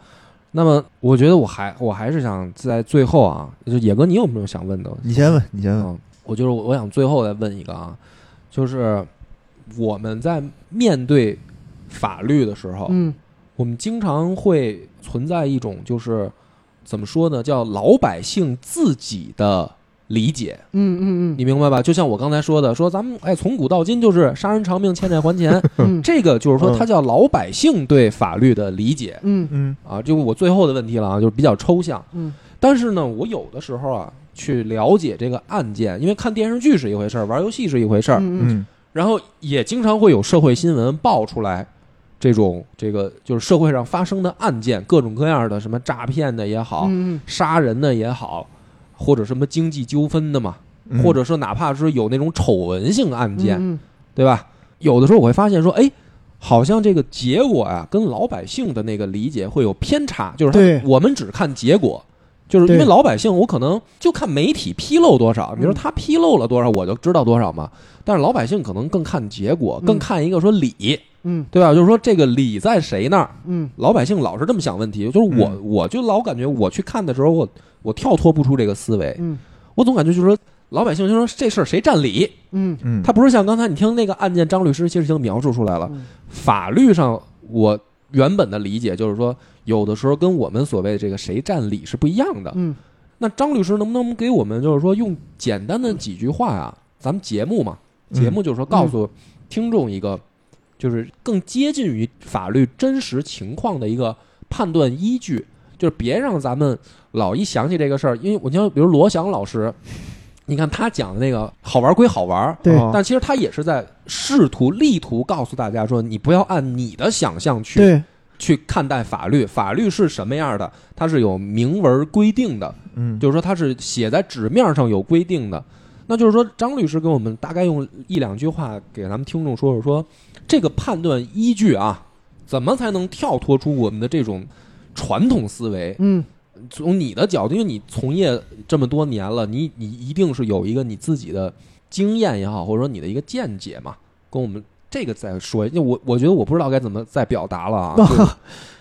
A: 那么，我觉得我还我还是想在最后啊，就野哥，你有没有想问的？
C: 你先问，你先问。
A: 嗯，我就是我想最后再问一个啊，就是我们在面对法律的时候，
D: 嗯
A: 我们经常会存在一种就是怎么说呢，叫老百姓自己的理解，
D: 嗯嗯
A: 你明白吧？就像我刚才说的，说咱们哎，从古到今就是杀人偿命，欠债还钱，
D: 嗯
A: 这个就是说
C: 嗯
A: 它叫老百姓对法律的理解
D: 嗯
C: 嗯
A: 啊。就我最后的问题了啊，就是比较抽象。
D: 嗯
A: 但是呢，我有的时候啊，去了解这个案件，因为看电视剧是一回事儿，玩游戏是一回事儿，
D: 嗯
C: 嗯
A: 然后也经常会有社会新闻爆出来这种这个就是社会上发生的案件，各种各样的什么诈骗的也好，
D: 嗯
A: 杀人的也好，或者什么经济纠纷的嘛，
C: 嗯，
A: 或者说哪怕是有那种丑闻性案件，
D: 嗯
A: 对吧？有的时候我会发现说，哎，好像这个结果啊，跟老百姓的那个理解会有偏差，就是
D: 对
A: 他我们只看结果。就是因为
D: 对嗯
A: 老百姓，我可能就看媒体披露多少，比如说他披露了多少，我就知道多少嘛。但是老百姓可能更看结果，
D: 嗯
A: 更看一个说理，
D: 嗯
A: 对吧？就是说这个理在谁那儿，
D: 嗯
A: 老百姓老是这么想问题。就是我，
C: 嗯
A: 我就老感觉我去看的时候，我我跳脱不出这个思维，
D: 嗯
A: 我总感觉就是说老百姓就说这事儿谁占理，
D: 嗯
C: 嗯，
A: 他不是像刚才你听那个案件，张律师其实已经描述出来了。
D: 嗯
A: 法律上，我原本的理解就是说，有的时候跟我们所谓的这个谁占理是不一样的。
D: 嗯
A: 那张律师能不能给我们就是说用简单的几句话啊，咱们节目嘛，节目就是说告诉听众一个，就是更接近于法律真实情况的一个判断依据，就是别让咱们老一想起这个事儿，因为我像比如罗翔老师，你看他讲的那个好玩归好玩，
D: 嗯对
C: 哦
A: 但其实他也是在试图力图告诉大家说，你不要按你的想象去
D: 对，
A: 去看待法律，法律是什么样的，它是有明文规定的，
C: 嗯，
A: 就是说它是写在纸面上有规定的。那就是说，张律师给我们大概用一两句话给咱们听众说说说，这个判断依据啊，怎么才能跳脱出我们的这种传统思维？
D: 嗯，
A: 从你的角度，因为你从业这么多年了，你你一定是有一个你自己的经验也好，或者说你的一个见解嘛，跟我们这个再说。因为我我觉得我不知道该怎么再表达了啊，就是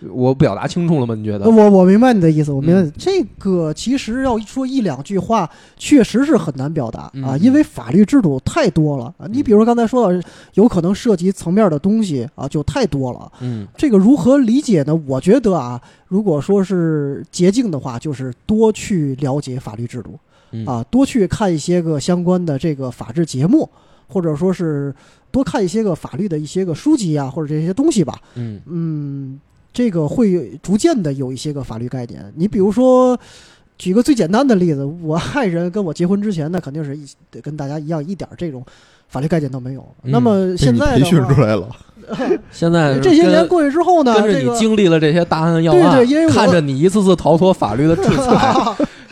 A: 我表达清楚了吗？嗯你觉得
D: 那？我我明白你的意思，我明白、这个其实要说一两句话，确实是很难表达
A: 嗯
D: 啊，因为法律制度太多了。啊你比如刚才说到，有可能涉及层面的东西啊，就太多了。
A: 嗯
D: 这个如何理解呢？我觉得啊，如果说是捷径的话，就是多去了解法律制度
A: 嗯
D: 啊，多去看一些个相关的这个法制节目，或者说是多看一些个法律的一些个书籍啊，或者这些东西吧。
A: 嗯
D: 嗯，这个会逐渐的有一些个法律概念。你比如说，举个最简单的例子，我爱人跟我结婚之前呢，肯定是一跟大家一样，一点儿这种法律概念都没有。
A: 嗯
D: 那么
C: 被
D: 现
C: 你
D: 在
C: 培
D: 的
C: 训
D: 话，
C: 出来了，
A: 现在
D: 这些
A: 嗯跟
D: 年过去之后呢，
A: 跟着
D: 这
A: 你
D: 个
A: 经历了这些大案要案，
D: 对对因为我
A: 看着你一次次逃脱法律 的制裁，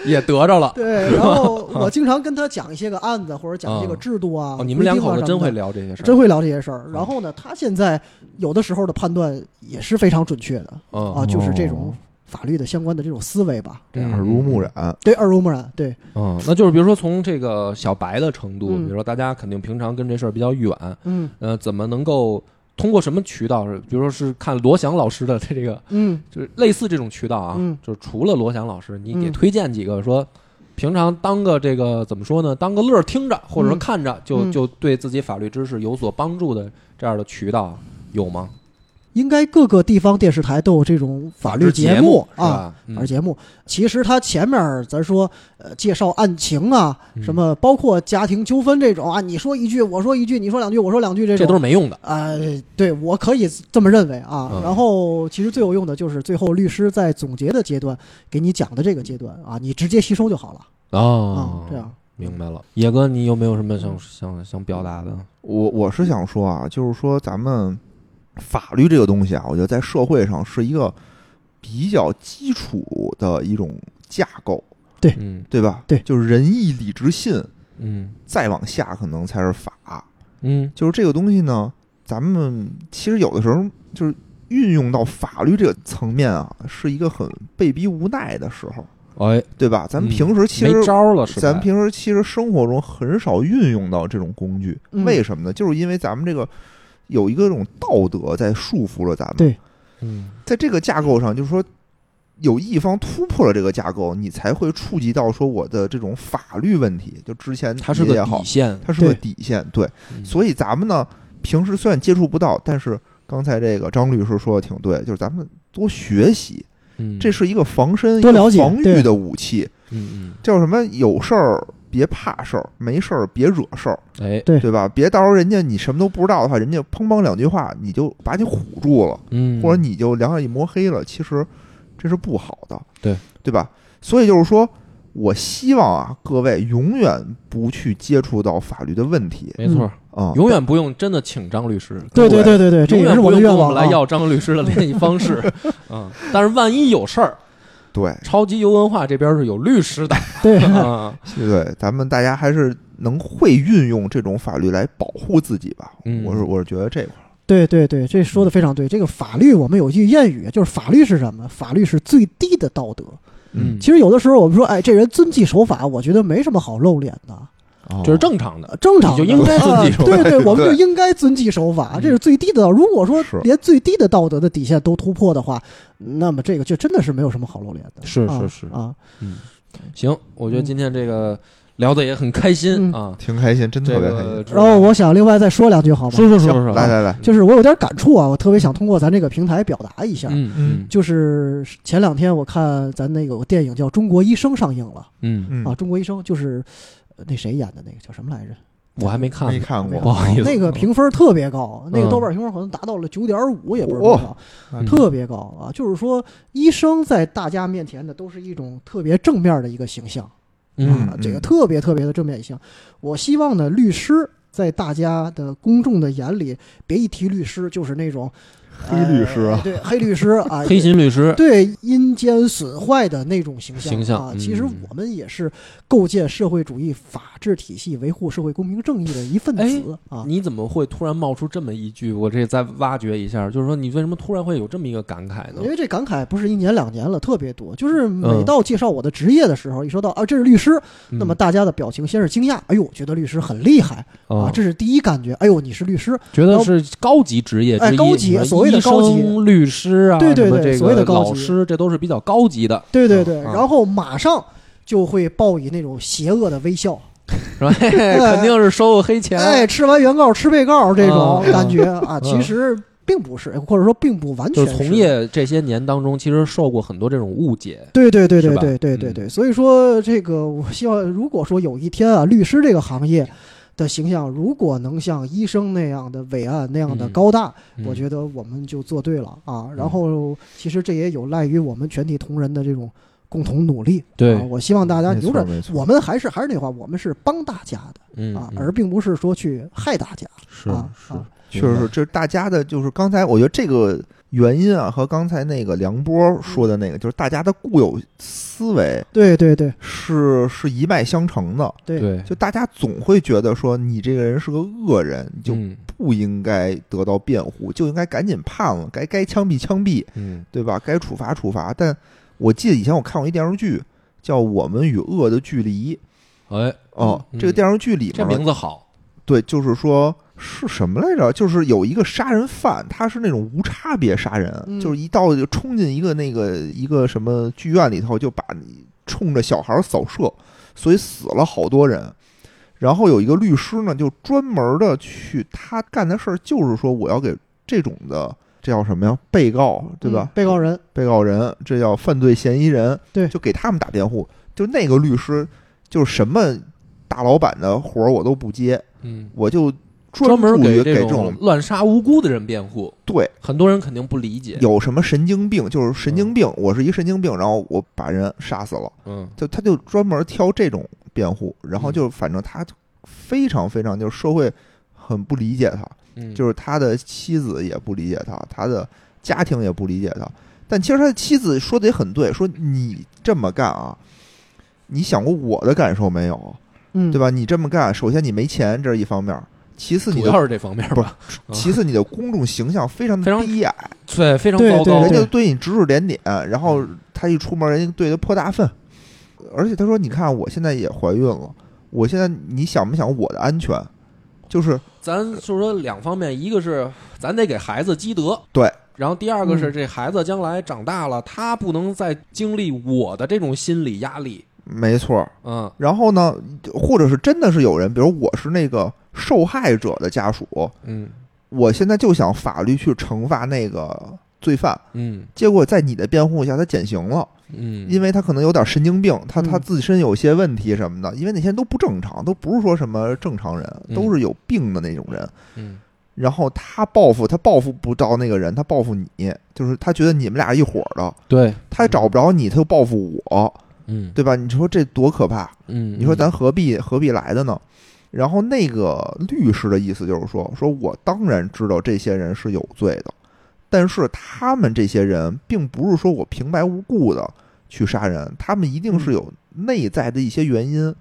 A: 也得着了。
D: 对，然后 我经常跟他讲一些个案子，或者讲一些个制度啊。
A: 哦，你们两口
D: 规
A: 子
D: 定啊
A: 真会
D: 什么
A: 聊这些
D: 的，
A: 事
D: 真
A: 儿，哦
D: 会聊这些事儿。然后呢，他现在有的时候的判断也是非常准确的
A: 嗯
D: 啊，嗯就是这
C: 哦
D: 种法律的相关的这种思维吧。
A: 这样
C: 耳濡目染。
D: 对，耳濡目染，对，
A: 嗯，那就是比如说从这个小白的程度，
D: 嗯
A: 比如说大家肯定平常跟这事儿比较远，
D: 嗯
A: 呃，怎么能够通过什么渠道？比如说是看罗翔老师的这个，
D: 嗯
A: 就是类似这种渠道啊，
D: 嗯
A: 就是除了罗翔老师，你给
D: 嗯
A: 推荐几个说。平常当个这个怎么说呢？当个乐儿听着，或者说
D: 嗯
A: 看着，就
D: 嗯
A: 就对自己法律知识有所帮助的这样的渠道有吗？
D: 应该各个地方电视台都有这种法律节目啊。
A: 啊，
D: 法律节目，其实它前面儿咱说，呃，介绍案情啊，
A: 嗯
D: 什么包括家庭纠纷这种啊，你说一句，我说一句，你说两句，我说两句，这
A: 这
D: 种
A: 都是没用的。
D: 呃，对我可以这么认为啊。
A: 嗯
D: 然后，其实最有用的就是最后律师在总结的阶段给你讲的这个阶段啊，你直接吸收就好了啊
A: 哦，，
D: 这样。
A: 明白了。野哥，你有没有什么想想想表达的？
C: 我我是想说啊，就是说咱们法律这个东西啊，我觉得在社会上是一个比较基础的一种架构，
A: 嗯
C: 对吧？
D: 对
C: 就是仁义礼智信，
A: 嗯
C: 再往下可能才是法。
A: 嗯
C: 就是这个东西呢，咱们其实有的时候就是运用到法律这个层面啊，是一个很被逼无奈的时候，
A: 哎，
C: 对吧？咱
A: 嗯
C: 们平时其实
A: 没招了，是吧？
C: 咱们平时其实生活中很少运用到这种工具，
D: 嗯
C: 为什么呢？就是因为咱们这个有一个这种道德在束缚着咱们。
D: 对
A: 嗯
C: 在这个架构上，就是说有一方突破了这个架构，你才会触及到说我的这种法律问题。就之前
A: 它是
C: 也
A: 个
C: 好
A: 底，线，
C: 它是个底线。对，所
A: 以
C: 以咱们呢，平时虽然接触不到，但是刚才这个张律师说的挺对，就是咱们多学习，这是一个防身、
D: 多了解
C: 一个防御
D: 对
C: 的武器。
A: 嗯
C: 叫什么？有事儿别怕事儿，没事儿别惹事儿，
A: 嗯哎
D: 对
C: 对吧？别到时候人家你什么都不知道的话，人家砰砰两句话，你就把你唬住了，
A: 嗯，
C: 或者你就两眼一抹黑了，其实这是不好的，
A: 对
C: 对吧？所以就是说，我希望啊，各位永远不去接触到法律的问题
A: 没错，
C: 啊、
A: 永远不用真的请张律师。
D: 对对对对对，这
A: 永
D: 也
A: 远
D: 是
A: 不
D: 的
A: 用
D: 愿
A: 跟我
D: 望
A: 们
D: 啊
A: 来。要张律师的联系方 式，嗯，但是万一有事儿，
C: 对
A: 超级游文化这边是有律师的，
D: 对，
A: 啊，
C: 对，咱们大家还是能会运用这种法律来保护自己吧。
A: 嗯
C: 我是我是觉得这块儿
D: 对对对，这说的非常对。这个法律，我们有一句谚语，就是法律是什么？法律是最低的道德。
A: 嗯，
D: 其实有的时候我们说，哎，这人遵纪守法，我觉得没什么好露脸的，
A: 嗯
C: 哦
A: 这是正常的，
D: 呃正常的
A: 你就应该遵纪守法
D: 啊对对，我们就
C: 对
D: 应该遵纪守法，
A: 嗯
D: 这是最低的道德。如果说
C: 是
D: 连最低的道德的底线都突破的话，那么这个就真的是没有什么好露脸的。
A: 是
D: 啊
A: 是是
D: 啊，
A: 行，我觉得今天这个聊的也很开心
D: 嗯
A: 啊，
C: 挺开心，真
A: 这
C: 特别开
A: 个
C: 心。
A: 知道。
D: 然后我想另外再说两句好吗？
A: 说说说说
C: 行
A: 说，
C: 来来来，
D: 就是我有点感触啊，我特别想通过咱这个平台表达一下。
A: 嗯嗯
D: 就是前两天我看咱那个有个电影叫《中国医生》上映了。
A: 嗯
C: 嗯
D: 啊，中国医生就是呃那谁演的那个叫什么来着？哦
A: 我还没看
C: 没
A: 呢，
C: 看过，
A: 不好意思，
D: 那个评分特别高，那
A: 嗯
D: 个豆瓣评分好像达到了九点五，也不是多少，
A: 嗯
D: 特别高啊！就是说，医生在大家面前的都是一种特别正面的一个形象
A: 嗯
D: 啊，
C: 嗯
D: 这个特别特别的正面形象。我希望呢，律师在大家的公众的眼里，别一提律师就是那种
C: 黑律师啊
D: 呃对黑律师啊，
A: 黑心律师，
D: 对阴间损坏的那种形象
A: 形象
D: 啊，
A: 嗯
D: 其实我们也是构建社会主义法治体系、维护社会公平正义的一份子啊。
A: 你怎么会突然冒出这么一句？我这再挖掘一下，就是说你为什么突然会有这么一个感慨呢
D: 因？为这感慨不是一年两年了，特别多。就是每
A: 嗯
D: 到介绍我的职业的时候，一说到啊这是律师，
A: 嗯
D: 那么大家的表情先是惊讶，哎呦，觉得律师很厉害啊
A: 哦，
D: 这是第一感觉。哎呦，你是律师，
A: 觉得是高级职业之一，
D: 哎高级
A: 什么
D: 所谓的高级
A: 医生律师啊，
D: 对对
A: 什么
D: 对
A: 这
D: 所谓
A: 个
D: 的高级
A: 老师，这都是比较高级的，
D: 对对对，
A: 啊
D: 然后马上就会报以那种邪恶的微笑，
A: 是 吧？嘿嘿肯定是收过黑钱，
D: 哎，吃完原告吃被告这种
A: 嗯
D: 感觉啊，其实并不是，或者说并不完
A: 就
D: 全
A: 是从业这些年当中，其实受过很多这种误解。
D: 对对对
A: 是
D: 对
A: 吧嗯
D: 对对对对，所以说这个，我希望如果说有一天啊，律师这个行业的形象如果能像医生那样的伟岸那样的
A: 嗯
D: 高大，
A: 嗯
D: 我觉得我们就做对了啊。然
A: 嗯
D: 后其实这也有赖于我们全体同仁的这种共同努力。
A: 对
D: 啊，我希望大家
C: 没错
D: 有点
C: 没，错
D: 我们还是还是那话，我们是帮大家的
A: 嗯
D: 啊，
A: 嗯
D: 而并不是说去害大家。
A: 是
D: 啊
A: 是
D: 啊，
C: 确实是，这是大家的，就是刚才我觉得这个原因啊，和刚才那个梁
D: 嗯
C: 波说的那个，就是大家的固有思维
D: 对对对
C: 是是一脉相承的。
D: 对
A: 对，
C: 就大家总会觉得说你这个人是个恶人，你就
A: 嗯
C: 不应该得到辩护，就应该赶紧判了，该该枪毙枪毙，
A: 嗯
C: 对吧？该处罚处罚。但我记得以前我看过一电视剧叫《我们与恶的距离》
A: 哎，
C: 哦，
A: 嗯
C: 这个电视剧里
A: 这
C: 面
A: 名字好，
C: 对，就是说是什么来着？就是有一个杀人犯，他是那种无差别杀人，
D: 嗯
C: 就是一到就冲进一个那个一个什么剧院里头，就把你冲着小孩儿扫射，所以死了好多人。然后有一个律师呢，就专门的去他干的事儿，就是说我要给这种的，这叫什么呀？被告对吧
D: 嗯？被告人
C: 被告人，这叫犯罪嫌疑人，
D: 对
C: 就给他们打辩护。就那个律师，就是什么大老板的活儿我都不接，
A: 嗯，
C: 我就专
A: 专门
C: 注于
A: 给
C: 给
A: 种
C: 种
A: 乱杀无辜的人辩护，
C: 对
A: 很多人肯定不理解。
C: 有什么神经病，就是神经病，我是一神经病，然后我把人杀死了，
A: 嗯
C: 就他就专门挑这种辩护，然后
A: 嗯
C: 就反正他非常非常就是社会很不理解他，
A: 嗯，
C: 就是他的妻子也不理解他，他的家庭也不理解他。但其实他的妻子说的也很对，说你这么干啊，你想过我的感受没有，
D: 嗯，
C: 对吧？你这么干，首先你没钱，这是一方面儿，其次你
A: 主
C: 的
A: 要是这方面吧，啊
C: 其次，你的公众形象非常
A: 非
C: 的
A: 常
C: 低矮，
A: 对，非常
D: 对
A: 糟糕
C: 人。
D: 对
C: 家对你指指点点，然后他一出门，人家对他泼大粪。而且他说：“你看，我现在也怀孕了，我现在你想没想我的安全？就是
A: 咱就是说两方面，一个是咱得给孩子积德，
C: 对。
A: 然后第二个是这孩子将来长大了，他不能再经历我的这种心理压力。
C: 没错。
A: 嗯
C: 然后呢，或者是真的是有人，比如我是那个受害者的家属，
A: 嗯
C: 我现在就想法律去惩罚那个罪犯。
A: 嗯
C: 结果在你的辩护下，他减刑了。”
A: 嗯，
C: 因为他可能有点神经病，他他
D: 嗯
C: 自身有些问题什么的，因为那些人都不正常，都不是说什么正常人，
A: 嗯
C: 都是有病的那种人。
A: 嗯
C: 然后他报复，他报复不到那个人，他报复你，就是他觉得你们俩一伙儿的，
A: 对，
C: 他找不着你，他又报复我，
A: 嗯
C: 对吧？你说这多可怕！
A: 嗯，
C: 你说咱何必何必来的呢？然后那个律师的意思就是说，说我当然知道这些人是有罪的，但是他们这些人并不是说我平白无故的去杀人，他们一定
A: 嗯
C: 是有内在的一些原因。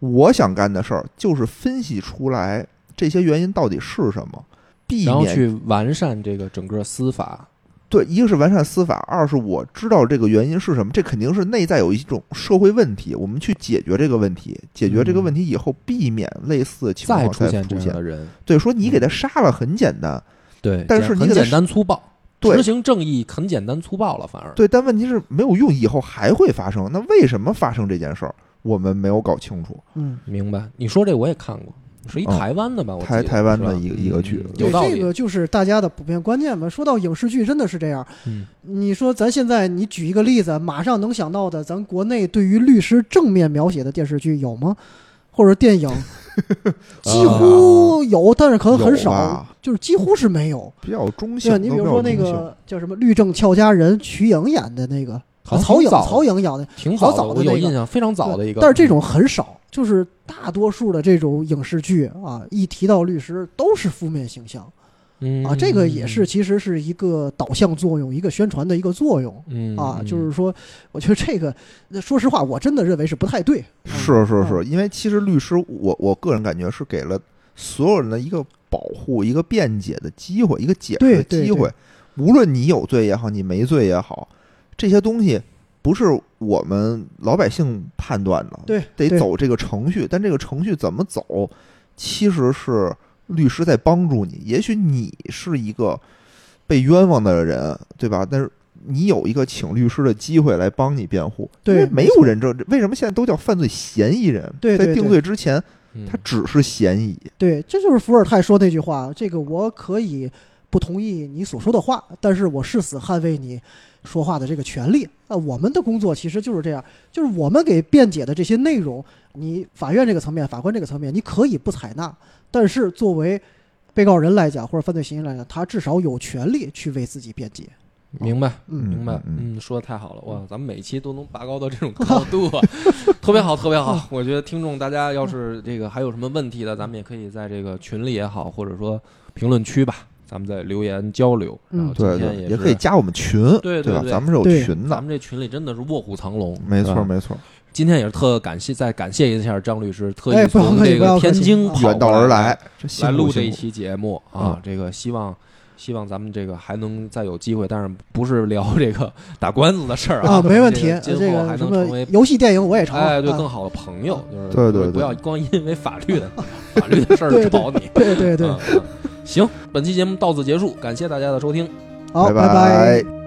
C: 我想干的事儿就是分析出来这些原因到底是什么，避
A: 然后
C: 免
A: 去完善这个整个司法。
C: 对，一个是完善司法，二是我知道这个原因是什么，这肯定是内在有一种社会问题，我们去解决这个问题，解决
D: 嗯
C: 这个问题以后，避免类似的情况
A: 再
C: 再
A: 出现这
C: 出
A: 样
C: 现
A: 的。人，
C: 对，说你给
D: 嗯
C: 他杀了很简单，
A: 对，
C: 但是你
A: 很
C: 给他
A: 简单粗暴，
C: 对
A: 执行正义很简单粗暴了，反而
C: 对，但问题是没有用，以后还会发生。那为什么发生这件事儿，我们没有搞清楚。
D: 嗯。
A: 明白？你说这我也看过，是一
C: 嗯
A: 台湾的吧？我
C: 台
A: 记得
C: 台湾的
A: 是吧
C: 一个一个剧
A: 嗯
C: 对
A: 有道理
D: 这。个就是大家的普遍观念吧。说到影视剧，真的是这样。
A: 嗯
D: 你说咱现在你举一个例子，马上 能想到的，咱国内对于律师正面描写的电视剧有吗？或者电影几乎有，但是可能很
A: 啊
C: 有
D: 少
C: 吧，
D: 就是几乎是没有。
C: 比较中性
D: 对，
C: 都比
D: 啊你比如
C: 较
D: 说那
C: 中性
D: 个叫什么《律政俏佳人》，瞿颖演的那个，
A: 好像
D: 曹
A: 挺
D: 颖，
A: 早的
D: 曹颖演的，
A: 挺早
D: 好早的
A: 我有
D: 那个
A: 印象，非常早的一个。嗯
D: 但是这种很少，就是大多数的这种影视剧啊，一提到律师都是负面形象
A: 嗯
D: 啊，这个也是，其实是一个导向作用，一个宣传的一个作用。
A: 嗯
D: 啊，就是说，我觉得这个，那说实话，我真的认为是不太对。嗯
C: 是是
D: 嗯
C: 是，因为其实律师，我我个人感觉是给了所有人的一个保护、一个辩解的机会、一个解释
D: 对
C: 的
D: 对
C: 机会。无论你有罪也好，你没罪也好，这些东西不是我们老百姓判断的，
D: 对，
C: 得
D: 啊对。
C: 走这个程序。但这个程序怎么走，其实是律师在帮助你。也许你是一个被冤枉的人，对吧？但是。你有一个请律师的机会来帮你辩护，
D: 对
C: 因为没
D: 没
C: 有
D: 错
C: 人证，为什么现在都叫犯罪嫌疑人？
D: 对对
C: 在定
D: 对
C: 罪之前，
A: 嗯
C: 他只是嫌疑。
D: 对，这就是伏尔泰说那句话：“这个我可以不同意你所说的话，但是我誓死捍卫你说话的这个权利。”啊，我们的工作其实就是这样，就是我们给辩解的这些内容，你法院这个层面、法官这个层面，你可以不采纳，但是作为被告人来讲，或者犯罪嫌疑人来讲，他至少有权利去为自己辩解。
A: 明白。
D: 嗯
A: 明白，
C: 嗯，
A: 嗯，说的太好了，哇，咱们每期都能拔高到这 种高度啊，特别好，特别
D: 啊
A: 好。我觉得听众大家要是这个还有什么问题的，咱们也可以在这个群里也好，或者说评论区吧，咱们再留言交流。
D: 嗯
A: 然后今
C: 对
A: 天
C: 对，
A: 也
C: 也可以
A: 是，
C: 加我们群，
A: 对对
C: 吧？
A: 对
C: 咱们是有
D: 对嗯
C: 群
A: 咱
C: 的，
A: 们这群里真的是卧虎藏龙，
C: 没
A: 是吧
C: 错没错，
A: 今天也是特感谢，再感谢一下张律师，特
D: 哎
A: 意
D: 不要
A: 从
D: 客气
A: 这
D: 不
A: 个
D: 要客
A: 天
D: 气
A: 津
D: 啊
A: 跑
C: 远道
A: 过
C: 而
A: 来
C: 来，这辛
A: 来
C: 苦
A: 录
C: 辛
A: 这一
C: 苦
A: 期节目
C: 啊
A: 啊，这个希望希望咱们这个还能再有机会，但是不是聊这个 打官司的事儿
D: 啊，没问题。
A: 这个
D: 这
A: 今后
D: 个
A: 还
D: 什
A: 能
D: 么
A: 成为
D: 游戏、电影我也成了。
A: 哎，对
D: 啊
A: 更好的朋友，就是
C: 对对
A: 就是
C: 对
A: 不要光因为法律的法律的事儿
D: 对对
A: 找你。啊
D: 对对对，
A: 嗯，嗯行，本期节目到此结束，感谢大家的收听。
D: 好，
C: 拜
D: 拜
C: 拜